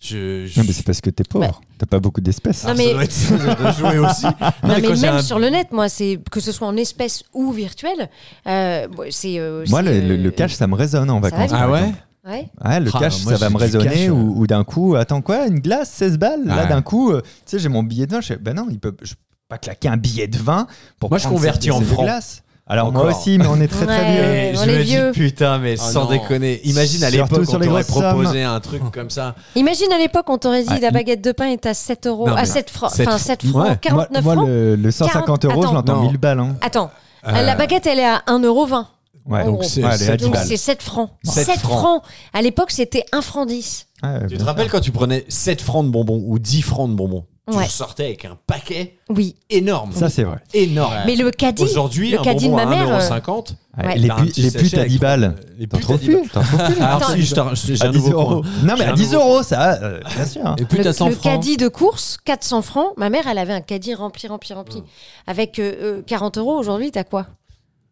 S5: Je, je-
S4: Non, Ah, mais c'est parce que t'es pauvre. T'as pas beaucoup d'espèces.
S2: Bah, Non,
S5: Alors,
S2: mais-
S5: ça doit être ça de jouer aussi.
S2: Non, mais
S5: quand j'ai
S2: même
S5: un-
S2: sur le net, moi, c'est que ce soit en espèces ou virtuel, euh, bon, c'est. euh,
S4: Moi,
S2: c'est,
S4: le, le- le
S2: euh,
S4: cash, ça me résonne en
S2: ça
S4: vacances.
S2: va
S4: par
S5: Ah ouais
S4: exemple.
S2: ouais.
S4: Ouais, le
S5: Ah,
S4: cash,
S5: moi,
S4: ça va
S5: j'ai
S4: me
S5: du
S4: résonner.
S5: cash, euh.
S4: Ou, ou d'un coup, attends quoi Une glace, 16 balles Là,
S5: Ouais.
S4: d'un coup, euh, tu sais, j'ai mon billet de vin. Je fais, ben non, il peut, je peux pas claquer un billet de vin pour
S5: Moi, je
S4: prendre
S5: convertis
S4: cette-
S5: en
S4: cette
S5: francs.
S4: glace. Alors, moi
S5: Encore.
S4: aussi, mais on est très très
S2: Ouais.
S4: vieux.
S5: Et
S2: on
S5: je
S2: est
S5: me
S2: vieux.
S5: dis putain mais
S3: Oh
S5: sans
S3: non.
S5: déconner imagine à
S4: Surtout
S5: l'époque
S4: sur
S5: on
S4: les
S5: t'aurait
S4: grosses
S5: proposé un truc comme ça
S2: Imagine à l'époque, on t'aurait dit
S4: Ah,
S2: la
S4: il-
S2: baguette de pain est à 7 euros.
S5: Non,
S2: à
S5: mais
S2: 7 francs.
S5: sept
S2: Enfin,
S5: fr-
S2: 7 francs,
S5: Ouais.
S2: 49
S4: moi,
S2: francs.
S4: le, le 150 euros,
S2: Attends.
S4: je l'entends
S5: Non.
S4: 1000 balles. hein.
S2: Attends,
S5: Euh,
S2: la baguette, elle est à 1,20€.
S4: Ouais,
S2: donc
S4: ouais,
S5: c'est-
S4: elle est à
S5: c'est-
S4: 10
S2: Donc,
S4: balles.
S2: c'est 7 francs.
S5: Sept
S2: 7,
S5: francs.
S2: francs. À l'époque, c'était 1 franc 10.
S4: Ouais,
S5: tu
S4: ouais.
S5: te rappelles quand tu prenais 7 francs de bonbons ou 10 francs de bonbons tu
S2: Ouais.
S5: sortais avec un paquet
S2: Oui.
S5: énorme
S4: Ça, c'est vrai.
S5: énorme
S2: Mais le caddie.
S5: Ah, aujourd'hui
S2: le
S5: un
S2: caddie de
S5: bonbon
S2: ma mère,
S5: à
S2: euh,
S5: 1,50€
S4: Ouais,
S2: Ouais.
S4: Les,
S5: t'as un
S4: pu-
S5: petit
S4: les
S5: sachet
S4: putes à
S5: avec
S4: 10 balles.
S5: trois- les putes
S4: T'en
S5: à
S4: trouves
S5: 10 balles
S4: plus T'en trouves plus
S5: alors
S2: Attends.
S5: si je t'en- j'ai
S4: À
S5: un
S4: 10
S5: nouveau
S4: euros.
S5: coin.
S4: Non, mais
S5: J'ai
S4: à
S5: un
S4: 10
S5: nouveau
S4: euros, ça. euh, Bien sûr.
S3: Et plus
S2: le,
S3: t'as 100
S2: le
S3: francs.
S2: caddie de course, 400 francs. Ma mère, elle avait un caddie rempli, rempli, rempli.
S5: Hmm.
S2: Avec euh, euh, 40 euros aujourd'hui, t'as quoi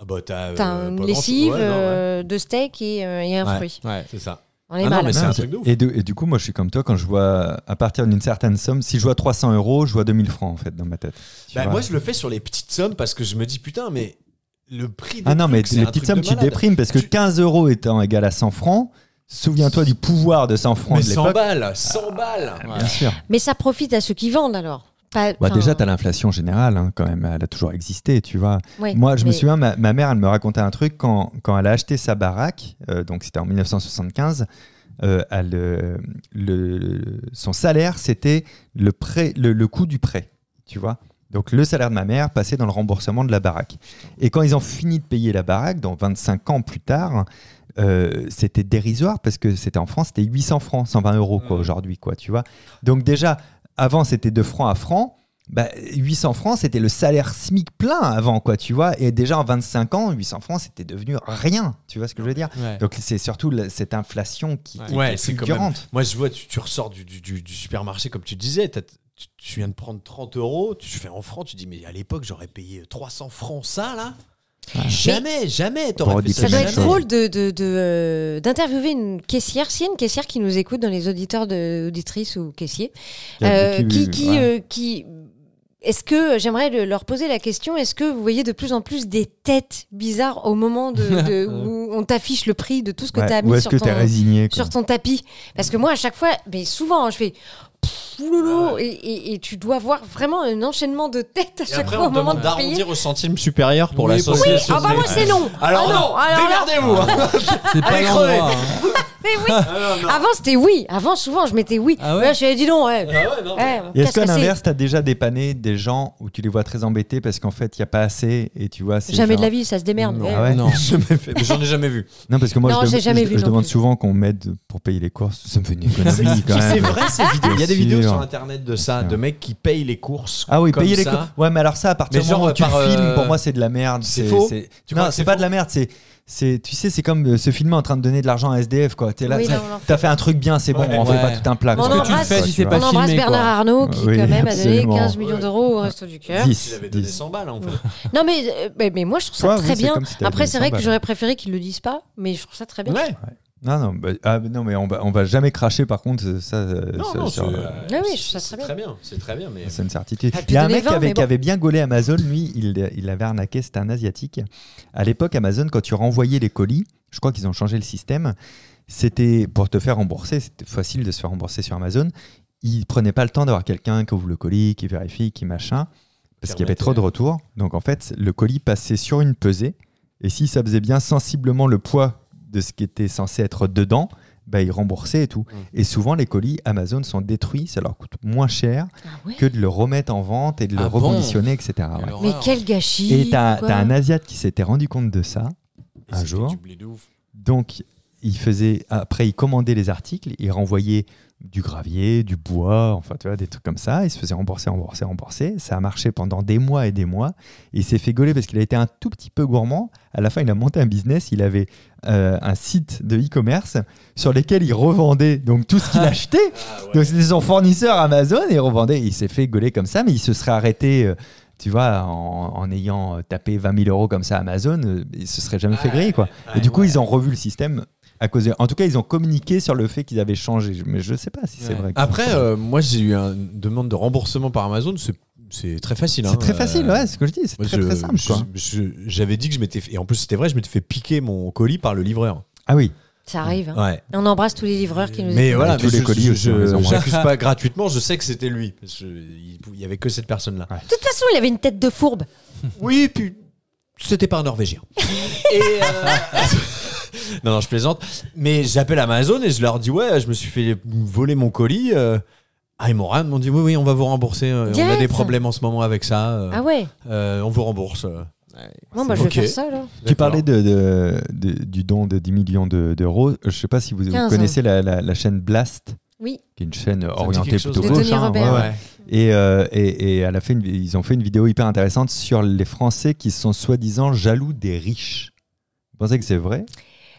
S5: ah bah t'as euh,
S2: T'as
S5: pas
S2: une
S5: grand-
S2: lessive,
S5: ouais, non, ouais.
S2: euh, deux steaks et, euh, et un
S5: Ouais.
S2: fruit.
S3: Ouais.
S5: c'est ça
S2: On est
S5: Ah non,
S2: mal.
S5: mais c'est
S4: Non,
S5: un
S4: c'est-
S5: truc de ouf.
S4: Et, de- et du coup, moi, je suis comme toi, quand je vois à partir d'une certaine somme, si je vois 300 euros, je vois 2000 francs, en fait, dans ma tête. Tu
S5: Bah,
S4: vois.
S5: moi je le fais sur les petites sommes parce que je me dis putain mais le prix des
S4: ah non, mais
S5: trucs, c'est
S4: les
S5: un
S4: petites
S5: truc
S4: sommes,
S5: de
S4: tu
S5: malade.
S4: déprimes, parce que
S5: Tu-
S4: 15 euros étant égal à 100 francs, souviens-toi du pouvoir de 100 francs
S5: mais
S4: de
S5: 100
S4: l'époque.
S5: balles 100 balles
S4: Bien sûr.
S2: Mais ça profite à ceux qui vendent alors. Pas-
S4: Bah,
S2: enfin,
S4: déjà, tu as l'inflation générale, hein, quand même. Elle a toujours existé, tu vois.
S2: ouais,
S4: Moi, je me
S2: mais-
S4: souviens, ma, ma mère, elle me racontait un truc quand, quand elle a acheté sa baraque, euh, donc c'était en 1975. euh, elle, euh, le, son salaire, c'était le, prêt- le, le coût du prêt, tu vois. Donc le salaire de ma mère passait dans le remboursement de la baraque. Et quand ils ont fini de payer la baraque, dans 25 ans plus tard, euh, c'était dérisoire parce que c'était en France, c'était 800 francs, 120 euros quoi
S5: Mhm.
S4: aujourd'hui, quoi, tu vois. Donc déjà, avant c'était de francs à francs. Bah, 800 francs, c'était le salaire SMIC plein avant, quoi, tu vois. Et déjà en 25 ans, 800 francs, c'était devenu rien, tu vois ce que je veux dire.
S3: Ouais.
S4: Donc c'est surtout la- cette inflation qui, qui- qui
S5: Ouais,
S4: est
S5: c'est quand
S4: fulgurante.
S5: Moi, je vois, tu, tu ressors du, du- du- du supermarché, comme tu disais, t'as- tu, tu viens de prendre 30 euros, tu fais en francs, tu dis, mais à l'époque, j'aurais payé 300 francs ça, là Jamais, jamais,
S4: Pour
S5: t'aurais fait
S4: des
S5: ça.
S2: Ça doit
S5: jamais.
S2: être drôle de, de- de, euh, d'interviewer une caissière, s'il y a une caissière qui nous écoute dans les auditeurs, de, auditrices ou caissiers,
S4: Qui a
S2: euh,
S4: vécu-
S2: qui, qui,
S4: ouais.
S2: euh, qui- est-ce que euh, j'aimerais le- leur poser la question Est-ce que vous voyez de plus en plus des têtes bizarres au moment de, de- où on t'affiche le prix de tout ce que
S4: Ouais.
S2: tu as
S4: Ou
S2: mis
S4: est-ce
S2: sur
S4: que
S2: ton,
S4: t'es résigné quoi
S2: sur ton tapis Parce que moi, à chaque fois, mais souvent, hein, je fais. Pff, oulolo, et, et- et tu dois voir vraiment un enchaînement de têtes à
S5: Et
S2: chaque
S5: après,
S2: fois
S5: on
S2: au moment
S5: demande
S2: de payer.
S5: d'arrondir au centime supérieur pour
S3: Oui,
S5: la
S3: pour-
S5: société.
S3: Oui,
S2: Ah bah moi c'est non.
S5: Alors
S2: Ah
S5: non,
S2: alors là-
S5: démerdez-vous hein.
S3: C'est pas
S5: Allez, crevez.
S3: l'endroit. hein.
S2: Mais oui.
S5: Ah non, non.
S2: Avant c'était oui. Avant souvent je mettais oui.
S3: Ah ouais
S2: Là je dis non. ouais.
S5: Ah ouais, non, mais-
S2: Ouais,
S4: Et est-ce
S2: qu'est-ce
S4: qu'à
S2: que c'est
S4: l'inverse, t'as déjà dépanné des gens où tu les vois très embêtés parce qu'en fait, il n'y a pas assez et tu vois, c'est
S2: Jamais de
S4: genre-
S2: la vie, ça se démerde.
S4: Non.
S2: Ouais.
S4: Ah ouais
S3: Non.
S5: Jamais fait, mais J'en ai jamais vu.
S4: Non, parce que moi,
S2: Non,
S4: je, dem-
S2: j'ai jamais
S4: je-
S2: vu
S4: je
S2: non
S4: demande
S2: plus.
S4: souvent qu'on m'aide pour payer les courses. Ça me fait une économie quand même.
S5: ces vidéos. Il y a des
S4: Bien
S5: vidéos
S4: sûr.
S5: sur internet de ça,
S4: Bien sûr.
S5: de mecs qui payent les courses.
S4: Ah oui,
S5: comme
S4: payer les
S5: ça.
S4: courses. Ouais, mais alors ça, à partir
S5: Mais
S4: du
S5: genre,
S4: moment où tu
S5: par, euh,
S4: filmes, pour moi, c'est de la merde.
S5: c'est faux Tu crois
S4: Non,
S5: que
S4: c'est
S5: c'est
S4: pas
S5: faux
S4: de la merde. C'est, c'est, tu sais, c'est comme euh, se filmer en train de donner de l'argent à SDF, quoi. T'es là,
S2: Oui,
S4: t'as-
S2: non, on en fait
S4: t'as fait un truc bien, c'est bon,
S5: Ouais.
S4: on en fait
S3: Ouais.
S4: pas tout un plat.
S2: Mais
S4: quoi.
S2: on
S4: Parce que tu le
S2: embrasse-
S4: fais,
S3: si
S4: tu
S3: c'est
S4: vois.
S3: pas
S2: On embrasse
S3: filmé,
S2: Bernard
S3: quoi.
S2: Arnault qui
S4: Oui,
S2: quand même
S4: absolument.
S2: a donné 15 millions d'euros au resto du cœur.
S4: Dix,
S5: S'il avait donné
S4: dix.
S5: 100 balles, en fait.
S2: Non mais, euh, mais mais moi je trouve ça
S4: Toi, oui,
S2: très
S4: c'est
S2: bien.
S4: comme si t'avais
S2: Après
S4: donné
S2: c'est vrai
S4: 100
S2: que
S4: balles.
S2: j'aurais préféré qu'ils le disent pas, mais je trouve ça très bien.
S5: Ouais.
S4: Non, non, bah, ah, non, mais on va, on va jamais cracher, par contre, ça, euh,
S5: Non,
S4: ça,
S5: non, c'est
S4: sur- euh,
S5: euh,
S2: Ah oui,
S5: c'est-
S2: je trouve ça
S5: c'est
S2: très
S5: très bien. C'est très bien, mais.
S4: C'est une certitude.
S2: Ah, tu
S4: Il y a un
S2: donnais
S4: mec qui
S2: 20,
S4: avait,
S2: mais
S4: qui
S2: bon.
S4: avait bien gaulé Amazon, lui, il, il avait arnaqué, c'était un Asiatique. À l'époque, Amazon, quand tu renvoyais les colis, je crois qu'ils ont changé le système. C'était pour te faire rembourser, c'était facile de se faire rembourser sur Amazon. Ils prenaient pas le temps d'avoir quelqu'un qui ouvre le colis, qui vérifie, qui machin, parce qu'il y avait trop de retours. Donc en fait, le colis passait sur une pesée, et si ça faisait bien sensiblement le poids de ce qui était censé être dedans, bah, ils remboursaient et tout. Et souvent, les colis Amazon sont détruits, ça leur coûte moins cher
S2: Ah ouais
S4: que de le remettre en vente et de le
S3: Ah bon
S4: reconditionner, etc. Ouais.
S3: Alors,
S2: Mais
S3: horreur.
S2: quel gâchis
S4: Et t'as
S2: quoi.
S4: t'as un Asiate qui s'était rendu compte de ça.
S5: Ah,
S4: un jour. Donc, il faisait, après, il commandait les articles, il renvoyait du gravier, du bois, enfin, tu vois, des trucs comme ça. Il se faisait rembourser, rembourser, rembourser. Ça a marché pendant des mois et des mois. Et il s'est fait gauler parce qu'il a été un tout petit peu gourmand. À la fin, il a monté un business. Il avait euh, un site de e-commerce sur lequel il revendait donc tout ce qu'il achetait. Donc, c'était son fournisseur Amazon et il revendait. Il s'est fait gauler comme ça, mais il se serait arrêté. euh, tu vois, en, en ayant euh, tapé 20 000 euros comme ça à Amazon, euh, il se serait jamais fait griller, quoi. Et du coup, ils ont revu le système à cause. de- En tout cas, ils ont communiqué sur le fait qu'ils avaient changé. Je- Mais je sais pas si c'est
S3: Ouais.
S4: vrai.
S5: Après, euh, moi, j'ai eu un- une demande de remboursement par Amazon. C'est- C'est très facile.
S4: c'est
S5: hein.
S4: très facile,
S5: Euh,
S4: ouais, c'est ce que je dis. C'est
S5: moi,
S4: très,
S5: je-
S4: très simple,
S5: je-
S4: quoi.
S5: je- J'avais dit que je m'étais. fait- Et en plus, c'était vrai, je m'étais fait piquer mon colis par le livreur.
S4: Ah oui.
S2: Ça arrive. hein.
S5: Ouais.
S2: On embrasse tous les livreurs qui nous.
S5: Mais voilà,
S4: tous
S5: mais
S4: les
S5: je-
S4: colis
S5: je-
S4: aussi, on les
S5: je
S4: embrasse.
S5: j'accuse pas gratuitement, je sais que c'était lui. Parce que il il y avait que cette personne-là.
S4: Ouais.
S2: De toute façon, il avait une tête de fourbe.
S5: Oui, puis c'était pas un Norvégien. Et, euh, non, non, je plaisante. Mais j'appelle Amazon et je leur dis ouais, je me suis fait voler mon colis. euh. Ah, ils m'ont rien- ils m'ont dit oui, oui, on va vous rembourser. euh, On a
S2: Direct.
S5: des problèmes en ce moment avec ça. euh,
S2: Ah ouais.
S5: euh, on vous rembourse. euh.
S2: Bon, bah, je
S5: bon.
S2: vais
S5: Ok.
S2: faire ça, là.
S4: Tu parlais de, de- de- du don de 10 millions de- d'euros. Je sais pas si vous, vous
S2: 15,
S4: connaissez la, la- la chaîne Blast,
S2: Oui.
S4: qui est une chaîne
S5: dit
S4: orientée
S5: quelque chose,
S4: plutôt
S2: De
S4: gauche. hein,
S2: Tony Robert,
S4: ouais, ouais.
S2: ouais.
S4: Et, euh, et, et à la fin, ils ont fait une vidéo hyper intéressante sur les Français qui sont soi-disant jaloux des riches. Vous pensez que c'est vrai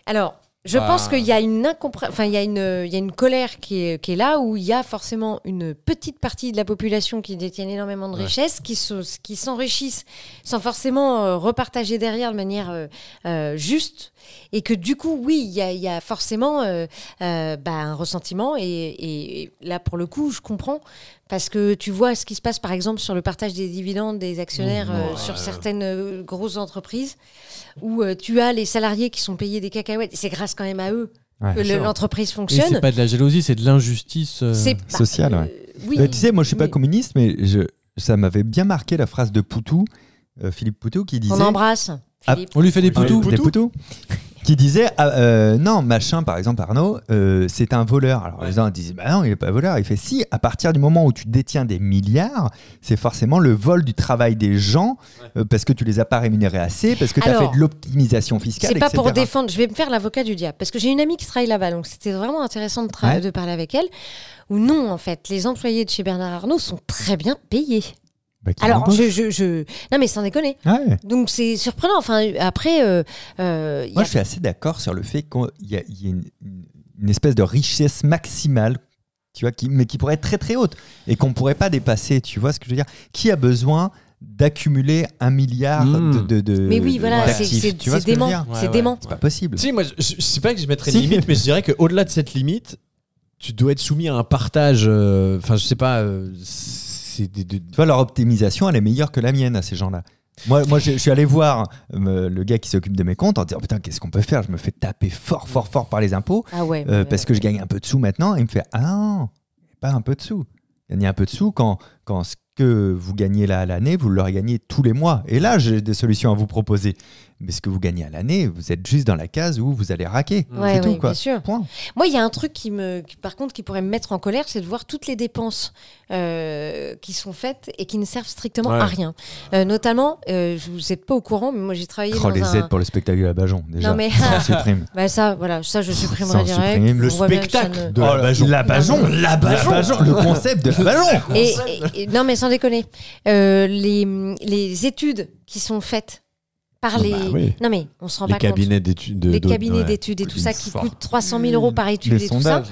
S2: Alors, je
S5: Bah.
S3: Ah.
S2: pense qu'il y a une incompréhension, enfin, il y a une, il y a une colère qui est, qui est là où il y a forcément une petite partie de la population qui détient énormément de
S5: Ouais.
S2: richesses, qui se- qui s'enrichissent sans forcément euh, repartager derrière de manière euh, euh, juste. Et que du coup, oui, il y a, il y a forcément euh, euh, bah, un ressentiment. Et, et là, pour le coup, je comprends. Parce que tu vois ce qui se passe, par exemple, sur le partage des dividendes des actionnaires euh,
S5: Mmh. Ouais.
S2: sur certaines euh, grosses entreprises où euh, tu as les salariés qui sont payés des cacahuètes. C'est grâce quand même à eux
S4: Ouais,
S2: que le- l'entreprise
S3: Et c'est
S2: fonctionne.
S3: pas de la jalousie, c'est de l'injustice. euh,
S2: C'est pas-
S4: Social, ouais.
S2: euh, oui.
S4: Bah, tu sais, moi je suis pas
S2: Mais-
S4: communiste, mais je, ça m'avait bien marqué la phrase de Poutou, euh, Philippe Poutou, qui disait.
S2: On embrasse.
S4: Ah,
S2: Philippe.
S3: On lui fait des
S4: Des Poutous,
S3: poutous.
S4: des Poutous, qui disait ah, euh, non, machin, par exemple, Arnaud, euh, c'est un voleur. Alors les gens disent bah non, il est pas voleur. Il fait si, à partir du moment où tu détiens des milliards, c'est forcément le vol du travail des gens euh, parce que tu les as pas rémunérés assez, parce que tu as
S2: Alors,
S4: fait de l'optimisation fiscale.
S2: C'est pas
S4: etc..
S2: pour défendre. Je vais me faire l'avocat du diable parce que j'ai une amie qui travaille là-bas, donc c'était vraiment intéressant de, tra-
S4: Ouais.
S2: de parler avec elle. Ou non, en fait, les employés de chez Bernard Arnault sont très bien payés.
S4: Bah, qui
S2: Alors,
S4: l'embauche.
S2: je, je, je- non mais sans déconner.
S4: Ouais.
S2: Donc c'est surprenant. Enfin, après, euh, euh, il y
S4: Moi,
S2: a-
S4: je suis assez d'accord sur le fait qu'il y a, il y a une, une espèce de richesse maximale, tu vois, qui, mais qui pourrait être très très haute et qu'on pourrait pas dépasser. Tu vois ce que je veux dire Qui a besoin d'accumuler un milliard
S3: Mmh.
S4: de, de, de-
S2: mais oui, voilà, c'est-
S4: d'actifs
S2: c'est
S4: euh, Tu vois
S2: c'est
S4: ce que je veux
S2: dément.
S4: dire
S3: Ouais,
S2: C'est
S3: ouais.
S2: dément.
S4: C'est pas possible.
S5: Si, moi, je, je sais pas que je mettrais
S4: Si.
S5: une limite, mais je dirais qu'au-delà de cette limite, tu dois être soumis à un partage. euh, Enfin, je sais pas. euh, c'est des- des-
S4: Tu vois, leur optimisation, elle est meilleure que la mienne à ces gens-là. Moi, moi je, je suis allé voir euh, le gars qui s'occupe de mes comptes en disant Putain, qu'est-ce qu'on peut faire Je me fais taper fort, fort, fort par les impôts.
S2: Ah ouais.
S4: Euh,
S2: ouais,
S4: parce
S2: ouais.
S4: que je gagne un peu de sous maintenant. Et il me fait Ah non, pas un peu de sous. Gagner un peu de sous quand, quand ce que vous gagnez là à l'année, vous le gagnez tous les mois. Et là, j'ai des solutions à vous proposer. Mais ce que vous gagnez à l'année, vous êtes juste dans la case où vous allez raquer.
S2: Ouais,
S4: C'est tout,
S2: ouais,
S4: quoi.
S2: bien sûr.
S4: Point.
S2: Moi, il y a un truc qui me, qui, par contre, qui pourrait me mettre en colère, c'est de voir toutes les dépenses euh, qui sont faites et qui ne servent strictement
S5: Ouais.
S2: à rien. Euh, notamment, euh, je vous êtes pas au courant, mais moi j'ai travaillé
S4: Oh,
S2: dans
S4: les
S2: un.
S4: aides pour le spectacle de la Bajon, déjà.
S2: mais-
S4: Ça, on supprime.
S2: Bah ça, voilà, ça je
S4: Ça,
S2: supprimerai
S4: on
S2: direct.
S4: supprime. Le Ah, bah,
S2: On voit bien que ça ne-
S5: de la Bajon.
S4: Oh, La Bajon, la Bajon, le concept de la Bajon.
S2: Et, et- et- non, mais sans déconner, euh, les, les études qui sont faites par
S5: Ah
S2: les.
S5: bah oui.
S2: Non, mais on se rend
S5: les
S2: pas compte.
S5: cabinets d'études. de-
S2: les
S5: de-
S2: cabinets
S5: ouais.
S2: d'études et tout ça qui
S4: Une
S2: coûtent 300 000 euros par étude
S4: Les
S2: et tout ça.
S4: sondages.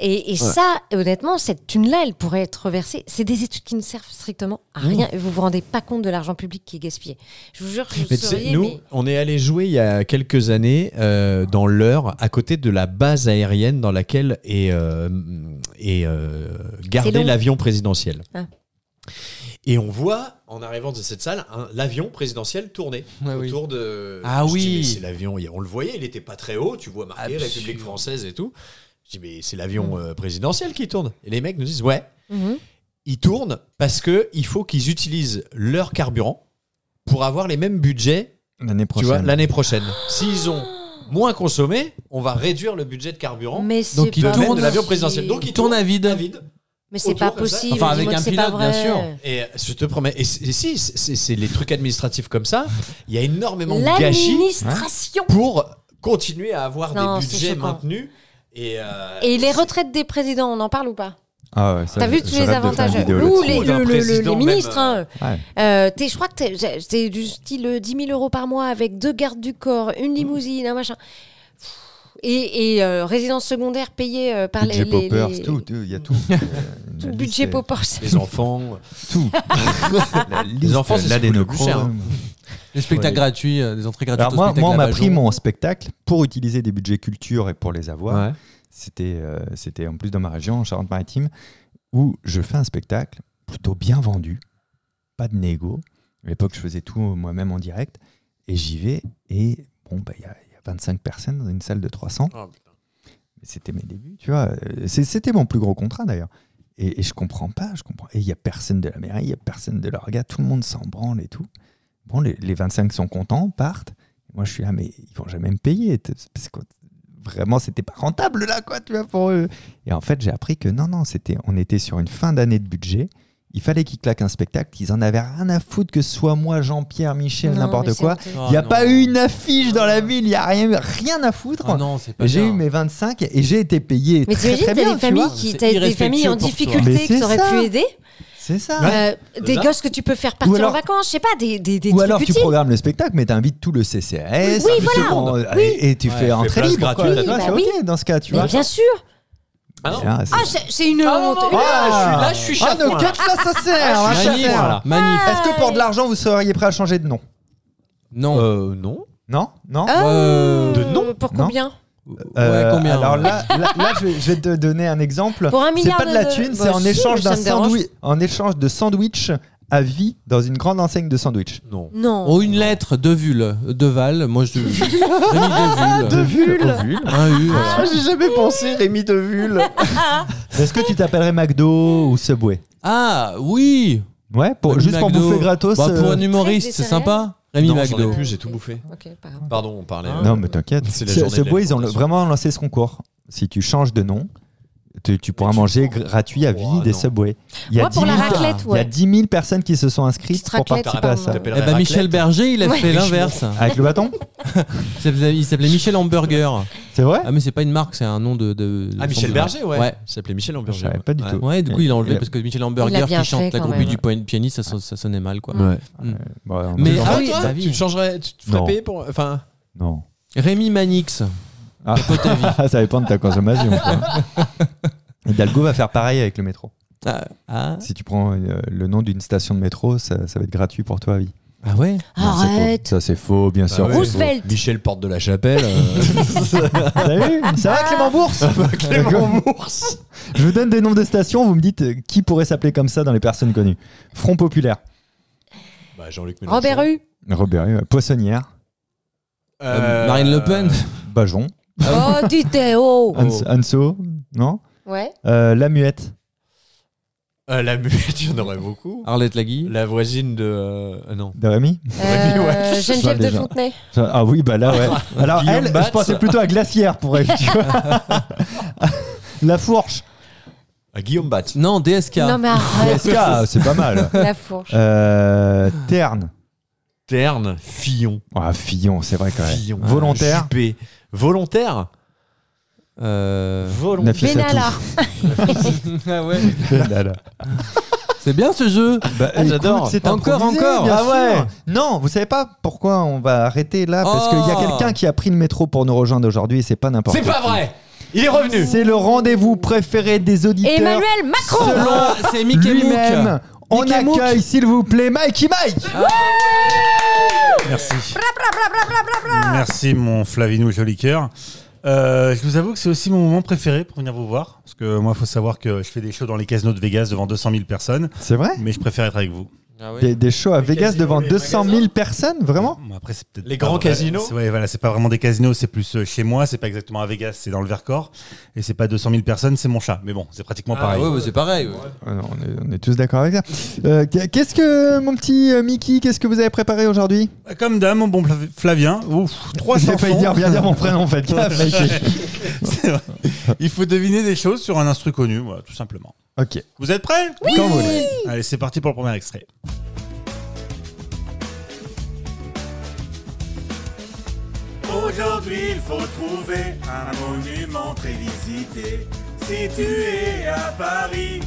S2: Et, et ça, honnêtement, cette thune-là, elle pourrait être reversée. C'est des études qui ne servent strictement à rien. Et vous vous rendez pas compte de l'argent public qui est gaspillé. Je vous jure, vous
S5: Mais tu sais,
S2: seriez.
S5: nous,
S2: mais-
S5: on est allé jouer il y a quelques années euh, dans l'Eure, à côté de la base aérienne dans laquelle est, euh, est, euh,
S2: C'est
S5: gardé
S2: long.
S5: l'avion présidentiel.
S2: Ah.
S5: Et on voit, en arrivant de cette salle, un- l'avion présidentiel tourner
S3: Ah oui.
S5: autour de.
S3: Ah
S5: je dis,
S3: oui.
S5: mais C'est l'avion. Il- On le voyait, il n'était pas très haut. Tu vois marqué
S3: Absurde.
S5: République française et tout. Je dis, mais c'est
S2: Hmm.
S5: l'avion euh, présidentiel qui tourne. Et les mecs nous disent, ouais,
S2: Mhm.
S5: ils tournent parce qu'il faut qu'ils utilisent leur carburant pour avoir les mêmes budgets,
S4: L'année
S5: tu vois,
S4: prochaine.
S5: l'année prochaine. S'ils ont moins consommé, on va réduire le budget de carburant.
S2: Mais c'est
S3: Donc, il
S2: pas
S5: de même
S3: tourne-
S5: de l'avion présidentiel. Donc
S3: Qui
S5: il
S3: tourne à vide.
S5: vide.
S2: Mais c'est
S5: autour,
S2: pas
S5: comme ça.
S2: possible.
S3: Enfin, avec
S2: dis-moi
S3: un
S2: que c'est pas
S3: pilote, bien
S2: vrai.
S3: sûr.
S5: Et euh, je te promets, et, c- et si, c'est- c'est c'est les trucs administratifs comme ça, il y a énormément de gâchis
S2: L'administration.
S5: pour continuer à avoir
S2: Non,
S5: des
S2: c'est
S5: budgets
S2: choquant.
S5: maintenus. Et, euh,
S2: Et les
S5: c'est-
S2: retraites des présidents, on en parle ou pas
S4: Ah ouais, ça,
S2: T'as vu
S4: je-
S2: tous
S4: je
S2: les
S4: rêve de faire une
S2: avantages euh,
S4: vidéo
S2: Ou
S4: là-dessus.
S2: les,
S5: Ou d'un
S2: le- le- le-
S5: président,
S2: les
S5: même,
S2: ministres. hein.
S4: Ouais.
S2: Euh, t'es- je crois que t'es- j'ai- t'es du style euh, 10 000 euros par mois avec deux gardes du corps,
S4: Mm.
S2: une limousine, un machin. Pff, Et, et, euh, résidence secondaire payée euh, par les,
S4: Budget
S2: les-
S4: poppers,
S2: les-
S4: tout, tout, il y a tout. Euh,
S2: tout budget poppers.
S5: les enfants. euh,
S4: Tout.
S5: Ah, Les enfants, c'est
S4: là
S5: ce qui
S4: des
S5: coûte le plus cher, hein.
S3: Les spectacles
S5: Ouais.
S3: gratuits, euh, des entrées gratuites.
S4: Alors
S3: au
S4: moi,
S3: spectacle
S4: moi, on m'a
S3: Labajon.
S4: pris mon spectacle pour utiliser des budgets culture et pour les avoir. C'était, euh, c'était en plus dans ma région, en Charente-Maritime, où je fais un spectacle plutôt bien vendu, pas de négo. À l'époque, je faisais tout moi-même en direct. Et j'y vais, et bon, bah, il y, a- il y a 25 personnes dans une salle de 300.
S5: Oh, putain.
S4: C'était mes débuts, tu vois. Euh, c'est- C'était mon plus gros contrat d'ailleurs. Et, et je comprends pas, je comprends. Et il y a personne de la mairie, il y a personne de leur gars, tout le monde s'en branle et tout. Bon, les, les 25 sont contents, partent. Moi, je suis là, mais ils vont jamais me payer. t- Parce que vraiment, c'était pas rentable là, quoi, tu vois, pour eux. Et en fait, j'ai appris que non, non, c'était, on était sur une fin d'année de budget. Il fallait qu'ils claquent un spectacle. Ils en avaient rien à foutre que ce soit moi, Jean-Pierre, Michel,
S2: Non, mais
S4: n'importe
S2: c'est Ah
S4: quoi.
S2: honteux.
S3: Oh
S4: Il n'y a
S3: non.
S4: pas eu une affiche dans la ville, il n'y a rien, rien à foutre.
S3: Ah non, c'est pas
S4: J'ai
S3: bien.
S4: eu mes 25 et j'ai été payé
S2: Mais
S4: très
S2: t'imagines,
S4: très
S2: t'as
S4: bien.
S2: des
S4: tu vois.
S2: familles, qui,
S3: C'est
S2: t'as des familles en
S3: irrespectueux pour toi.
S2: difficulté
S4: Mais
S2: que
S4: c'est
S2: t'aurais
S4: ça.
S2: pu aider,
S4: C'est ça.
S2: euh, des
S5: ça.
S2: gosses que tu peux faire partir en
S4: alors-
S2: vacances, je sais pas, des, des, des
S4: Ou
S2: trucs
S4: alors tu
S2: utiles.
S4: programmes le spectacle, mais t'invites tout le CCAS,
S2: Oui,
S4: tout
S2: voilà.
S4: le monde,
S2: Oui.
S4: et, et tu
S5: Ouais,
S4: fais
S5: fais
S4: entrée
S5: place
S4: libre. quoi.
S5: gratuite.
S4: Tu vois,
S2: Oui,
S4: c'est
S2: bah oui.
S4: ok dans ce cas, tu
S2: Mais
S4: vois.
S2: bien sûr.
S5: Ah non.
S4: Ah, c'est-
S2: Ah, c'est- c'est une
S5: Ah, non,
S2: honte.
S5: non, mais là, je suis, là, je suis
S4: Ah,
S5: chafouin,
S4: nos
S5: là.
S4: quatre, là, ça sert.
S2: Ah,
S4: hein, ça
S3: Manif,
S4: sert.
S3: voilà. Manif.
S4: Est-ce que pour de l'argent, vous seriez prêt à changer de nom
S3: Non.
S5: Euh, non.
S4: Non Non
S2: Ah,
S3: Euh,
S5: de non.
S2: Pour
S4: Non.
S2: combien
S4: Euh,
S3: ouais, combien hein
S4: Alors là, là, là, je, vais, je vais te donner un exemple.
S2: Pour un
S4: C'est
S2: milliard
S4: pas de la
S2: de-
S4: thune,
S2: Bah
S4: c'est en
S2: si,
S4: échange
S2: mais ça
S4: d'un
S2: me dérange.
S4: sandwich, en échange de sandwich à vie dans une grande enseigne de sandwich.
S5: Non.
S2: Non.
S3: Oh, une lettre, deux vulles, deux val. Moi, je. J'ai mis deux vulles.
S4: Devul.
S3: Un U. voilà.
S4: J'ai jamais pensé Rémi Devul. Est-ce que tu t'appellerais McDo ou Subway
S3: Ah, oui.
S4: Ouais, pour,
S3: Rémi
S4: juste pour
S3: Magdo.
S4: bouffer gratos.
S3: Bah, pour
S4: euh,
S3: un humoriste,
S2: Des
S3: c'est
S2: céréales
S3: sympa. Rémi
S5: Non, j'en
S3: Magdo.
S5: ai plus, j'ai tout bouffé.
S2: Ok, pas grave.
S5: Pardon, on
S2: Ah,
S5: parlait.
S4: Non, mais t'inquiète.
S5: C'est la
S4: Ce-
S5: journée de
S4: Subway, ils ont le-
S5: l'alimentation.
S4: vraiment lancé ce concours. Si tu changes de nom, tu, tu pourras
S5: tu
S4: manger
S5: prends-
S4: gr- gratuit à vie
S5: Oh,
S4: des
S5: non.
S4: Subway. Il y, a
S2: Moi,
S4: 10
S2: pour
S4: 000,
S2: la raclette,
S4: il y a
S2: ouais.
S4: 10 000 personnes qui se sont inscrites
S2: Petite
S4: pour
S2: raclette,
S4: participer à
S2: pardon.
S4: ça.
S2: T'appelles-
S5: Eh
S3: Eh ben, Michel Berger, il a
S2: Ouais.
S3: fait l'inverse.
S4: Avec le bâton
S3: Il s'appelait- Il s'appelait Michel Hamburger.
S4: C'est vrai
S3: Ah, mais c'est pas une marque, c'est un nom de. de- de-
S5: Ah, Michel
S3: de-
S5: Berger, ouais.
S3: Ouais.
S5: Il s'appelait Michel
S4: Je
S5: Amberger.
S4: savais pas du
S5: Ouais.
S4: tout.
S3: Ouais, du coup, il a enlevé
S4: Et-
S3: parce que Michel
S2: Il
S3: Hamburger
S2: a bien
S3: qui chante
S2: fait,
S3: la
S2: quand
S3: groupie
S2: même.
S3: du point- pianiste, ça, son- ça sonnait mal, quoi.
S5: Ouais.
S4: Ouais, en
S3: Mais-
S4: même temps,
S3: Ah
S5: Ah
S3: oui,
S5: oui,
S3: David.
S5: tu te changerais, tu te ferais
S4: Non.
S5: payer pour. Enfin,
S4: Non.
S3: Rémi Manix.
S4: Ah. ça dépend de ta consommation. quoi. Hidalgo va faire pareil avec le métro.
S3: Ah, ah.
S4: Si tu prends euh, le nom d'une station de métro, ça, ça va être gratuit pour toi à vie.
S3: Ah ouais
S4: Non, c'est faux.
S2: Arrête.
S4: Ça, c'est faux, bien sûr.
S5: Ah ouais.
S2: Roosevelt.
S5: Michel Porte de la Chapelle. euh,
S4: T'as vu Ça va, Clément Bourse Clément Bourse Je vous donne des noms de stations, vous me dites euh, qui pourrait s'appeler comme ça dans les personnes connues. Front Populaire,
S5: bah, Jean-Luc Mélenchon.
S2: Robert Hue.
S4: Robert, Hue, Poissonnière,
S5: Euh,
S3: Marine Le Pen.
S4: Bajon, Ah
S2: Oh, dis Théo.
S4: Anso, Anso, non
S2: Ouais.
S4: Euh, La Muette,
S5: euh, la muette, il y en aurait beaucoup.
S3: Arlette Lagui.
S5: La voisine de. euh, ah non.
S4: de Rémi
S2: Euh,
S5: ouais.
S2: Geneviève de
S4: Déjà.
S2: Fontenay.
S4: Ah oui, bah là, ouais. Alors,
S5: Guillaume
S4: elle,
S5: Batz.
S4: je pensais plutôt à Glacière pour elle, tu vois. La Fourche,
S5: Ah, Guillaume Bat.
S3: Non, DSK.
S2: Non, mais arrête.
S4: SK, c'est pas mal.
S2: La fourche.
S4: Euh, Terne,
S5: Terne. Fillon.
S4: ah, Fillon, c'est vrai quand même.
S5: Fillon.
S4: Volontaire,
S5: Juppé. Volontaire.
S3: Euh,
S5: Volontaire.
S4: Fils à
S2: Benalla.
S3: ah ouais.
S4: Benalla.
S3: C'est bien ce jeu.
S4: Bah,
S5: Ah,
S4: écoute,
S5: j'adore.
S4: c'est
S3: Encore,
S4: improvisé,
S3: encore.
S4: bien
S5: Ah
S4: sûr.
S5: ouais.
S4: Non, vous savez pas pourquoi on va arrêter là Parce
S3: Oh.
S4: qu'il y a quelqu'un qui a pris le métro pour nous rejoindre aujourd'hui et c'est pas n'importe
S5: C'est
S4: quoi.
S5: pas vrai Il est revenu
S4: C'est le rendez-vous préféré des auditeurs.
S2: Emmanuel Macron.
S3: Ah, c'est Mickey
S4: Lui-même,
S3: Mouk.
S4: on
S3: Mickey Mouk.
S4: accueille s'il vous plaît Mikey Mike.
S7: Merci. Merci, mon Flavinou joli cœur. Euh, je vous avoue que c'est aussi mon moment préféré pour venir vous voir. Parce que moi, il faut savoir que je fais des shows dans les casinos de Vegas devant 200 000 personnes.
S4: C'est vrai
S7: Mais je préfère être avec vous.
S3: Ah oui.
S4: des, des shows à
S5: Les
S4: Vegas
S5: casinos,
S4: devant
S5: les
S4: 200 000
S5: magasins.
S4: personnes Vraiment
S7: Bon, après, c'est peut-être
S5: Les
S7: pas
S5: grands
S7: vrai.
S5: casinos
S7: C'est- Ouais, voilà, c'est pas vraiment des casinos, c'est plus euh, chez moi, c'est pas exactement à Vegas, c'est dans le Vercors. Et c'est pas 200 000 personnes, c'est mon chat. Mais bon, c'est pratiquement
S3: Ah
S7: pareil.
S3: ouais, ouais, c'est pareil. ouais.
S4: Euh, non, on, est, on est tous d'accord avec ça. Euh, qu'est-ce que, mon petit euh, Mickey, qu'est-ce que vous avez préparé aujourd'hui
S7: Comme dame, mon bon Flav- Flavien, ouf, trois
S4: J'ai
S7: chansons.
S4: failli dire, bien dire mon prénom, faites gaffe, Mickey.
S7: C'est vrai. Il faut deviner des choses sur un instru connu, voilà, tout simplement.
S4: Ok.
S7: Vous êtes prêts
S4: Quand vous voulez.
S7: Allez, c'est parti pour le premier extrait.
S8: Aujourd'hui, il faut trouver un monument très visité, situé à Paris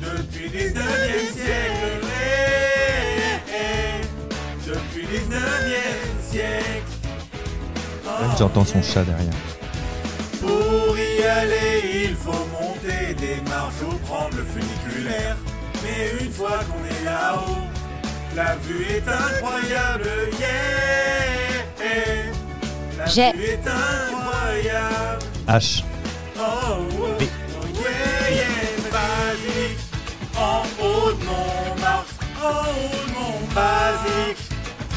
S8: depuis le 19e siècle. Eh, eh, eh, Depuis le 19e siècle.
S4: J'entends son chat derrière.
S8: Pour y aller, il faut monter des marches ou prendre le funiculaire. Mais une fois qu'on est là-haut, la vue est incroyable. Yeah, eh. La
S2: J'ai-
S8: vue est incroyable.
S4: H.
S8: Oh, oh, oh, yeah, yeah, basique. En haut de Montmartre, en haut de Montmartre, basique.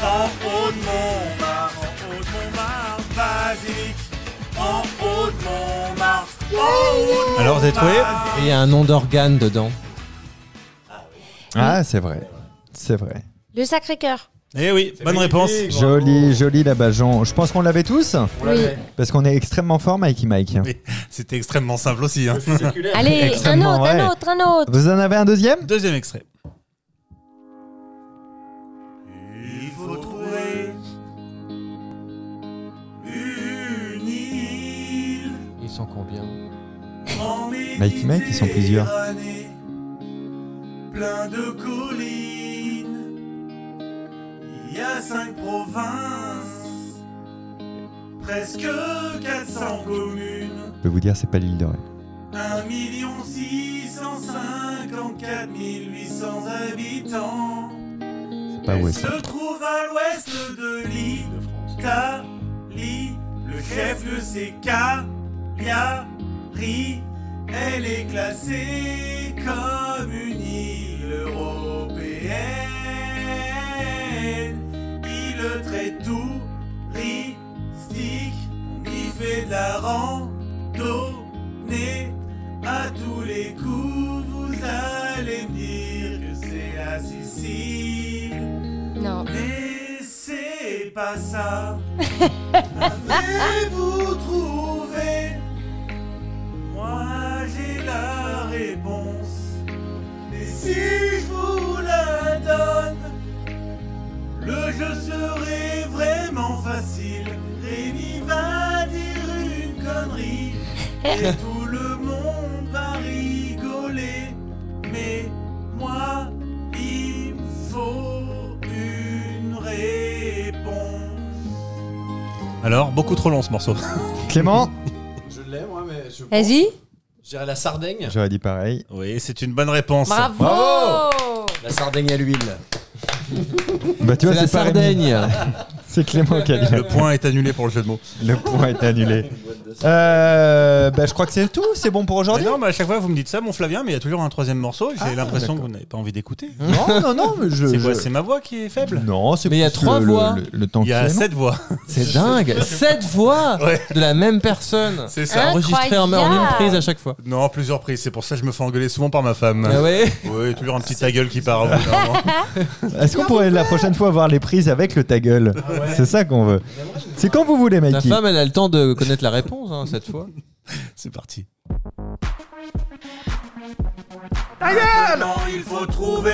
S8: En haut de Montmartre, en haut de Montmartre, basique. En haut de Montmartre, en haut de Montmartre.
S7: Alors, vous avez trouvé
S3: Et il y a un nom d'organe dedans.
S4: Ah, c'est vrai. C'est vrai.
S2: Le Sacré-Cœur.
S7: Eh oui, bonne réponse.
S4: Joli, joli la Bajon. Je pense qu'on l'avait tous,
S2: Oui.
S4: parce qu'on est extrêmement fort, Mikey Mike.
S7: Oui, C'était extrêmement simple aussi. hein.
S2: Allez, un
S4: Extrêmement,
S2: autre,
S4: ouais.
S2: un autre, un autre.
S4: Vous en avez un deuxième
S7: Deuxième extrait.
S8: Il faut trouver une île
S3: Ils sont combien
S8: en
S4: Mikey Mike, ils sont plusieurs.
S8: Méditerranée, Plein de collines. Il y a cinq provinces. Presque 400 communes.
S4: Je peux vous dire, c'est pas l'île de Ré.
S8: 1 654 800 habitants.
S4: C'est pas
S8: Elle
S4: où
S8: se trouve à l'ouest de l'île. Cali, le chef de ses Cagliari. Elle est classée comme une île européenne. Île très touristique, on y fait de la randonnée. À tous les coups, vous allez me dire que c'est à Sicile.
S2: Non.
S8: Mais c'est pas ça. Avez-vous trouvé Moi j'ai la réponse. Et si je vous la donne, le jeu serait vraiment facile. Rémi va dire une connerie. Et tout le monde va rigoler. Mais moi, il faut une réponse.
S7: Alors, beaucoup trop long ce morceau.
S4: Clément
S5: Je l'ai, moi, mais je.
S2: Vas-y.
S5: J'irai la Sardaigne.
S4: J'aurais dit pareil.
S7: Oui, c'est une bonne réponse.
S2: Bravo.
S5: La Sardaigne à l'huile.
S4: Bah, tu
S3: C'est
S4: vois,
S3: la
S4: c'est pas Rémi.
S3: Sardaigne.
S4: C'est Clément qui a dit.
S7: Le point est annulé pour le jeu de mots.
S4: Le point est annulé. Euh, bah, je crois que c'est tout. C'est bon pour
S7: Mais
S4: aujourd'hui
S7: non, mais à chaque fois vous me dites ça, mon Flavien, mais il y a toujours un troisième morceau. J'ai l'impression que vous n'avez pas envie d'écouter.
S4: Non, non, non. mais Ah, Je,
S7: C'est quoi
S4: je-
S7: C'est ma voix qui est faible
S4: Non, c'est
S3: Mais il y a
S4: plus
S3: trois
S4: le,
S3: voix.
S4: Le, le temps
S7: Il y a
S4: qu'il y a, non
S7: sept voix.
S3: C'est dingue. Sept voix
S7: Ouais.
S3: de la même personne.
S7: C'est ça.
S2: Hein
S3: Enregistrées en, en une
S2: Incroyable.
S3: prise à chaque fois.
S7: Non, plusieurs prises. C'est pour ça que je me fais engueuler souvent par ma femme.
S3: Ah ouais
S7: Oui, toujours un petit ta gueule qui part au bout d'un moment.
S4: Est-ce qu'on pourrait la prochaine fois avoir les prises avec le ta gueule C'est ça qu'on veut. C'est quand vous voulez,
S3: Ta
S4: Mikey.
S3: femme, elle a le temps de connaître la réponse hein, cette fois.
S7: C'est parti.
S8: Maintenant, il faut trouver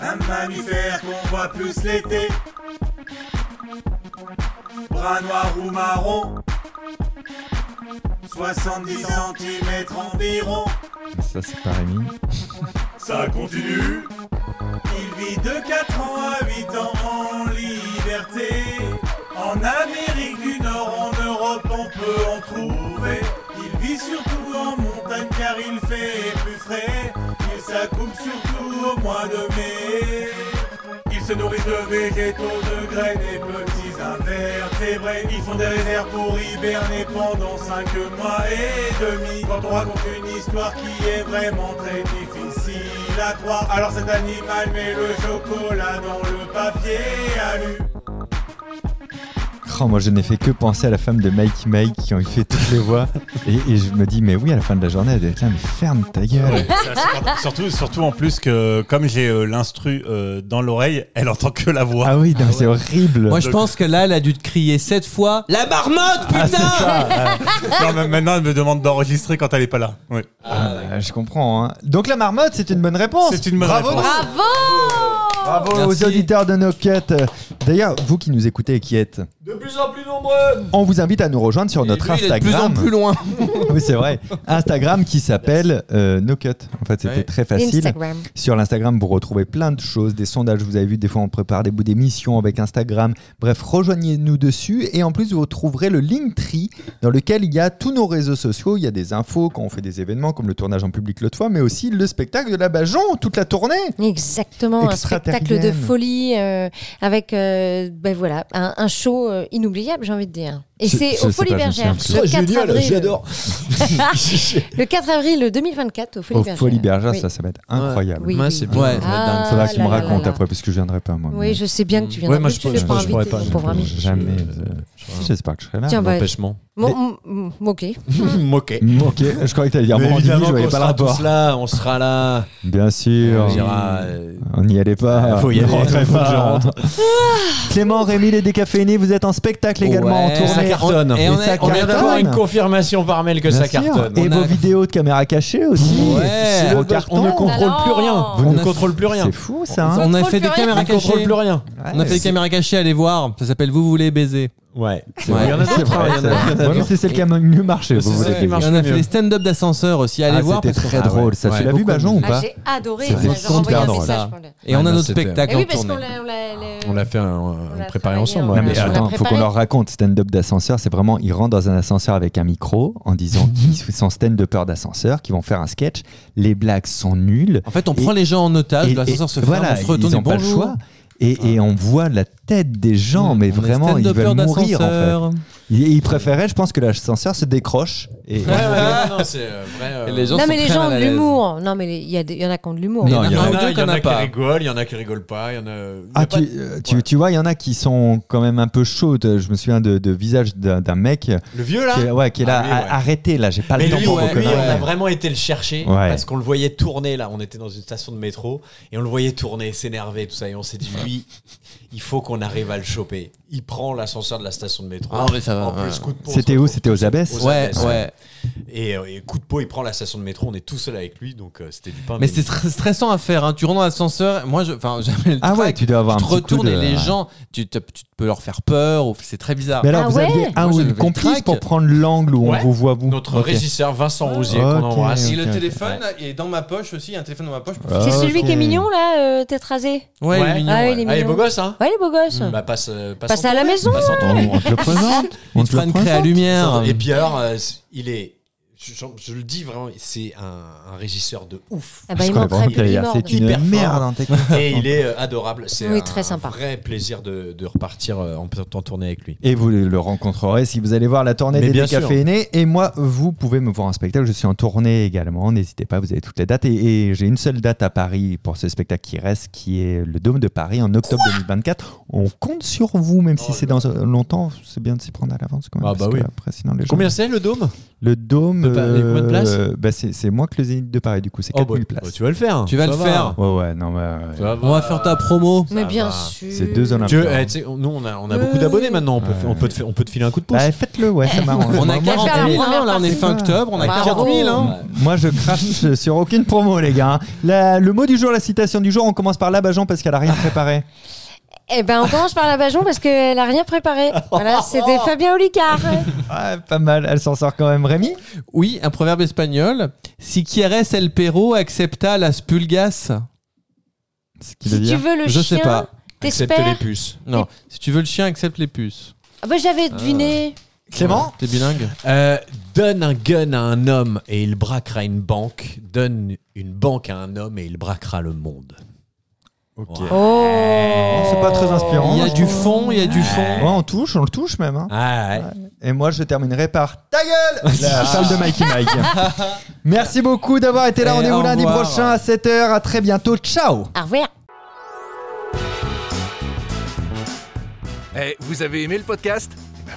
S8: un mammifère qu'on voit plus l'été. Bras noir ou marron, 70 cm environ.
S4: Ça, c'est pas Rémi.
S8: Ça continue. Il vit de 4 ans à 8 ans en liberté. En Amérique du Nord, en Europe, on peut en trouver. Il vit surtout en montagne car il fait plus frais. Il s'accouple surtout au mois de mai. Il se nourrit de végétaux, de graines et petits invertébrés. vertébrés. Ils font des réserves pour hiberner pendant 5 mois et demi. Quand on raconte une histoire qui est vraiment très difficile à croire, alors cet animal met le chocolat dans le papier alu.
S4: Oh, moi, je n'ai fait que penser à la femme de Mikey Mike qui ont fait toutes les voix. Et, et je me dis, mais oui, à la fin de la journée, elle doit être là, mais ferme ta gueule.
S7: Ça, c'est pas- surtout, surtout en plus que comme j'ai euh, l'instru euh, dans l'oreille, elle entend que la voix.
S4: Ah oui, non, c'est horrible.
S3: Moi, je pense que là, elle a dû te crier sept fois La marmotte,
S7: Ah, c'est
S3: putain
S7: ça. euh, non, mais maintenant, elle me demande d'enregistrer quand elle est pas là. Oui.
S4: Ah, bah, je comprends. hein. Donc la marmotte, c'est une bonne réponse.
S7: C'est une bonne
S4: Bravo.
S7: réponse.
S2: Bravo
S4: Bravo
S3: Merci.
S4: aux auditeurs de nos cuts. D'ailleurs, vous qui nous écoutez et qui êtes,
S5: De plus en plus nombreux
S4: on vous invite à nous rejoindre sur notre
S3: Lui, il est de
S4: Instagram.
S3: plus en plus loin.
S4: oui, c'est vrai. Instagram qui s'appelle euh, No Cut. En fait, c'était
S3: Ouais.
S4: très facile.
S2: Instagram.
S4: Sur l'Instagram, vous retrouvez plein de choses, des sondages, vous avez vu, des fois on prépare des bouts d'émissions avec Instagram. Bref, rejoignez-nous dessus et en plus vous trouverez le Linktree dans lequel il y a tous nos réseaux sociaux, il y a des infos quand on fait des événements comme le tournage en public l'autre fois, mais aussi le spectacle de la Bajon toute la tournée.
S2: Exactement, un spectacle de
S4: Extraterrienne.
S2: folie euh, avec euh, ben voilà, un, un show euh, inoubliable, j'ai envie de dire. Et
S4: Je-
S2: c'est
S4: je
S2: au
S4: sais
S2: Folies
S4: pas, je me
S2: Bergère,
S4: souviens
S2: le 4 avril.
S5: j'adore.
S2: Le 4 avril 2024 au Folies
S4: Au
S2: Bergère.
S4: Oh, Folie Bergère,
S2: Oui.
S4: ça, ça va être incroyable.
S2: Oui,
S3: Moi,
S2: oui,
S3: c'est
S2: oui.
S3: bien.
S2: Ah
S3: Ça va être
S4: Faudra
S3: dingue.
S4: que tu me
S2: là là
S4: racontes
S2: là
S4: après, parce que je viendrai pas moi.
S2: Oui, je sais bien que tu viendras.
S5: Ouais, moi,
S2: plus,
S5: je
S2: tu
S5: pense-
S2: l'es
S5: je
S2: pas
S5: pense que je
S2: invité,
S5: pourrais
S2: mon
S5: pas,
S2: pauvre ami.
S4: Jamais. euh, J'espère que je serai là.
S2: Tiens, bah,
S5: Empêchement.
S2: bon, mm, mm, ok.
S5: Moqué.
S4: Ok, je croyais que t'allais dire
S5: Mais
S4: bon, je
S5: évidemment
S4: voyais
S5: qu'on
S4: pas le
S5: sera tous
S4: rapport.
S5: là, on sera là.
S4: Bien sûr.
S5: On dira, euh,
S4: On n'y allait pas.
S5: Faut y
S4: Ne
S5: aller, Ah.
S4: rentrez
S5: faut que
S4: pas.
S5: je rentre.
S4: Clément, Rémi, les décaféinés, vous êtes en spectacle également
S3: Ouais.
S4: en
S5: Ça
S4: tournée.
S5: cartonne.
S3: Et on
S4: Mais ça
S3: est- on
S5: euh, On vient
S3: est-
S5: d'avoir
S4: cartonne.
S5: une confirmation par mail que
S4: Bien
S5: ça
S4: sûr.
S5: cartonne.
S4: Et
S3: On
S4: vos
S3: a-
S4: vidéos de caméra cachée aussi.
S3: Ouais.
S4: C'est
S5: On
S4: au
S5: ne-
S4: carton.
S5: on ne contrôle
S2: Alors
S5: plus rien.
S2: On
S5: On ne
S3: a-
S5: contrôle plus rien.
S4: C'est fou ça. hein.
S3: On a
S2: contrôle
S3: fait
S2: plus
S3: des
S2: rien.
S5: On
S3: caméras
S5: ne contrôle
S3: cachées.
S5: plus rien.
S3: On a fait des caméras cachées, allez voir. Ça s'appelle Vous voulez baiser.
S5: Ouais.
S3: Ouais.
S5: Il y en a
S4: C'est
S5: d'autres.
S4: vrai,
S5: hein, il y en a
S4: c'est
S5: d'autres.
S4: vrai. Vraiment, c'est celle qui a mieux marché.
S5: C'est
S4: vous
S5: ça
S4: voulez
S5: qui
S4: dire.
S5: marche.
S3: Et on a fait
S5: mieux.
S3: des stand-up d'ascenseurs aussi, allez
S4: Ah,
S3: voir.
S4: C'était
S3: parce qu'on-
S4: très
S5: Ah ouais.
S4: drôle. Ça, tu
S5: Ouais,
S4: l'as vu,
S5: beaucoup
S4: Bajon, ou
S2: Ah,
S4: pas
S2: j'ai adoré.
S4: C'était
S2: J'ai envoyé un
S4: super
S2: message.
S3: drôle.
S2: pour le-
S3: Et on
S5: Ah,
S3: a
S5: non,
S3: notre
S5: c'était-
S3: spectacle
S2: Eh oui,
S3: en
S2: parce qu'on
S3: tournée.
S2: l'a- on l'a- l'a-
S5: On l'a fait un-
S2: On
S5: un-
S2: l'a
S5: préparé
S2: travaillé,
S5: ensemble.
S2: on
S5: ouais.
S4: Non, mais
S2: l'a
S4: attends, faut
S2: préparé.
S4: qu'on leur raconte. Stand-up d'ascenseur, c'est vraiment, ils rentrent dans un ascenseur avec un micro en disant qu'ils sont stand-uppers d'ascenseur, qui vont faire un sketch. Les blagues sont nulles.
S3: En fait, on
S4: Et-
S3: prend les gens en otage, Ah, l'ascenseur se ferme,
S4: voilà,
S3: on se retourne
S4: ils
S3: et
S4: ont pas le
S3: bonjour. Ah. Mmh,
S4: choix. Et, et on voit la tête des gens, mais
S3: On est
S4: vraiment, ils
S3: stand-uppers
S4: veulent mourir en fait.
S3: d'ascenseur.
S4: Ils, ils préféraient, je pense, que l'ascenseur se décroche. Et,
S5: Ouais, ouais, non, non, c'est euh, vrai. euh,
S3: Et les gens
S2: Non,
S3: sont
S2: mais les
S3: très
S2: gens
S3: mal
S2: ont
S3: à
S2: de
S3: l'aise.
S2: l'humour. Non, mais les- il y, a des- il y en a qui ont de l'humour.
S4: Non,
S5: Il y en
S3: un
S5: a,
S3: ou deux
S5: il y en
S3: qu'on
S5: a
S3: n'a
S5: qui
S3: pas.
S5: rigolent, il y en a qui rigolent pas, il y en a. il y a
S4: Ah,
S5: pas
S4: tu,
S5: de-
S4: euh, tu, tu vois, il y en a qui sont quand même un peu chaudes. Je me souviens de, de visage d'un d'un mec euh,
S5: Le vieux là
S4: qui est, ouais, qui est là,
S5: Ah, lui, ouais.
S4: a- arrêté, là, j'ai pas
S5: Mais
S4: le temps
S5: lui,
S4: pour
S5: ouais,
S4: vos
S5: lui,
S4: conneries.
S5: on a vraiment été le chercher
S4: Ouais.
S5: parce qu'on le voyait tourner là. On était dans une station de métro et on le voyait tourner, s'énerver, tout ça. Et on s'est dit, lui, il faut qu'on arrive à le choper. Il prend l'ascenseur de la station de métro.
S3: Ah, mais ça va,
S5: En plus,
S3: ouais.
S5: coup de poing, on se
S4: C'était où
S5: retrouve
S4: C'était
S5: tout
S4: aux
S5: seul.
S4: abesses
S5: Aux
S3: Ouais,
S5: abesses,
S3: ouais.
S5: Et, euh, et coup de peau, il prend la station de métro. On est tout seul avec lui, donc euh, c'était du pain.
S3: Mais
S5: béni.
S3: c'est stra- stressant à faire. hein. Tu rentres dans l'ascenseur. Moi, je, enfin, j'avais le
S4: Ah ouais,
S3: trac.
S4: tu dois avoir
S3: Tu
S4: un
S3: te
S4: petit coup
S3: retournes
S4: de-
S3: et les
S4: ouais.
S3: gens, tu, te- tu peux leur faire peur. ou- C'est très bizarre.
S4: Mais alors,
S2: Ah
S4: vous
S2: ouais
S4: aviez un
S3: Moi,
S4: ou
S3: j'avais
S4: une
S3: le
S4: complice
S3: trac.
S4: pour prendre l'angle où
S5: Ouais.
S4: on vous voit vous
S5: Notre
S4: Ok.
S5: régisseur Vincent Rousier
S4: Ok.
S5: qu'on embrasse.
S3: Et le
S4: Ok, ok.
S3: téléphone est dans ma poche aussi. Il y a un téléphone dans ma poche.
S4: Ah,
S2: C'est celui
S4: ok.
S2: qui est mignon, là, euh, tête rasée.
S3: Ouais, il est
S5: Ouais.
S3: mignon.
S2: Ah,
S3: ouais.
S2: il est
S5: Ah, il est
S2: mignon.
S5: beau gosse, hein
S2: Ouais, il est beau gosse.
S5: Bah, passe, euh, passe
S2: Passe
S5: en
S2: à la
S5: tournée.
S2: maison.
S5: Passe en
S4: On,
S5: tournée.
S4: on te le présente On
S3: Il
S4: te le
S3: crée
S4: présente
S3: à lumière.
S5: Et Pierre, euh, c- il est. Je, je- je le dis vraiment, c'est un, un régisseur de ouf.
S2: Ah bah,
S4: Je
S2: il
S4: crois
S2: manquerait
S4: vraiment que
S2: plus, il
S4: t'allais dire,
S2: morde.
S4: C'est une
S5: Hyper fort.
S4: merde en technique.
S5: Et il est euh, adorable. C'est
S2: Oui,
S5: un
S2: très sympa.
S5: vrai plaisir de, de repartir euh, en, en tournée avec lui.
S4: Et vous le rencontrerez si vous allez voir la tournée
S5: Mais
S4: des
S5: bien sûr.
S4: décaféinés. Et moi, vous pouvez me voir en spectacle. Je suis en tournée également. N'hésitez pas, vous avez toutes les dates. Et, et j'ai une seule date à Paris pour ce spectacle qui reste, qui est le Dôme de Paris en octobre 2024. On compte sur vous, même si c'est dans euh, longtemps. C'est bien de s'y prendre à l'avance quand même.
S5: Oh, Ah bah
S4: parce que
S5: oui.
S4: après, sinon, les gens-
S5: Combien c'est le dôme
S4: Le Dôme.
S5: De Paris, combien de places
S4: euh, bah, c'est c'est moins que le Zénith de Paris, du coup. C'est 4000
S5: bah,
S4: places.
S5: Tu vas le faire.
S3: Tu vas le faire.
S4: Ouais, ouais, non, mais. ouais.
S3: On va faire ta promo.
S2: Mais
S5: Ça
S2: bien
S5: va.
S2: sûr.
S4: C'est deux Olympiques.
S5: Tu veux, eh, tu sais, nous, on a, on a
S2: Oui,
S5: beaucoup d'abonnés maintenant. On peut,
S4: Ouais.
S5: on, peut te, fa- on peut te filer un coup de pouce.
S4: Bah, faites-le, ouais, ça m'arrange.
S3: On
S4: Moi,
S3: a
S4: moi,
S3: 40
S2: faire la
S3: 000 hein,
S2: première
S3: là on est
S2: partie.
S3: fin octobre, on a
S2: Bravo.
S3: 40 000 hein.
S4: Moi, je crache sur aucune promo, les gars. hein. La- le mot du jour, la citation du jour, on commence par là, Bajan, parce qu'elle a rien préparé.
S2: Eh ben, on commence par la Bajon parce qu'elle a rien préparé. Voilà, c'était Fabien Olicard.
S4: Ouais, pas mal, elle s'en sort quand même, Rémi.
S3: Oui, un proverbe espagnol. Si quieres el perro, accepta las pulgas.
S4: Ce qui veut
S2: Si tu
S4: dire.
S2: veux le
S3: Je
S2: chien,
S3: sais pas.
S5: Accepte les
S2: t'espères.
S5: puces.
S3: Non, si tu veux le chien, accepte les puces.
S2: Ah bah, j'avais deviné.
S4: Clément
S3: T'es bilingue
S5: Euh, donne un gun à un homme et il braquera une banque. Donne une banque à un homme et il braquera le monde.
S4: Ok.
S5: Ouais.
S2: Oh
S4: C'est pas très inspirant.
S3: Il y a
S4: je
S3: du
S4: trouve.
S3: fond, il y a du
S2: Ah.
S3: fond.
S4: Ouais, on touche, on le touche même. hein.
S5: Ah, ouais.
S4: Et moi, je terminerai par ta gueule La salle de Mikey Mike. Merci beaucoup d'avoir été là.
S3: Et
S4: Rendez-vous
S3: au
S4: lundi
S3: revoir.
S4: prochain à 7h. À très bientôt. Ciao
S2: Au revoir.
S1: Eh, vous avez aimé le podcast Eh ben,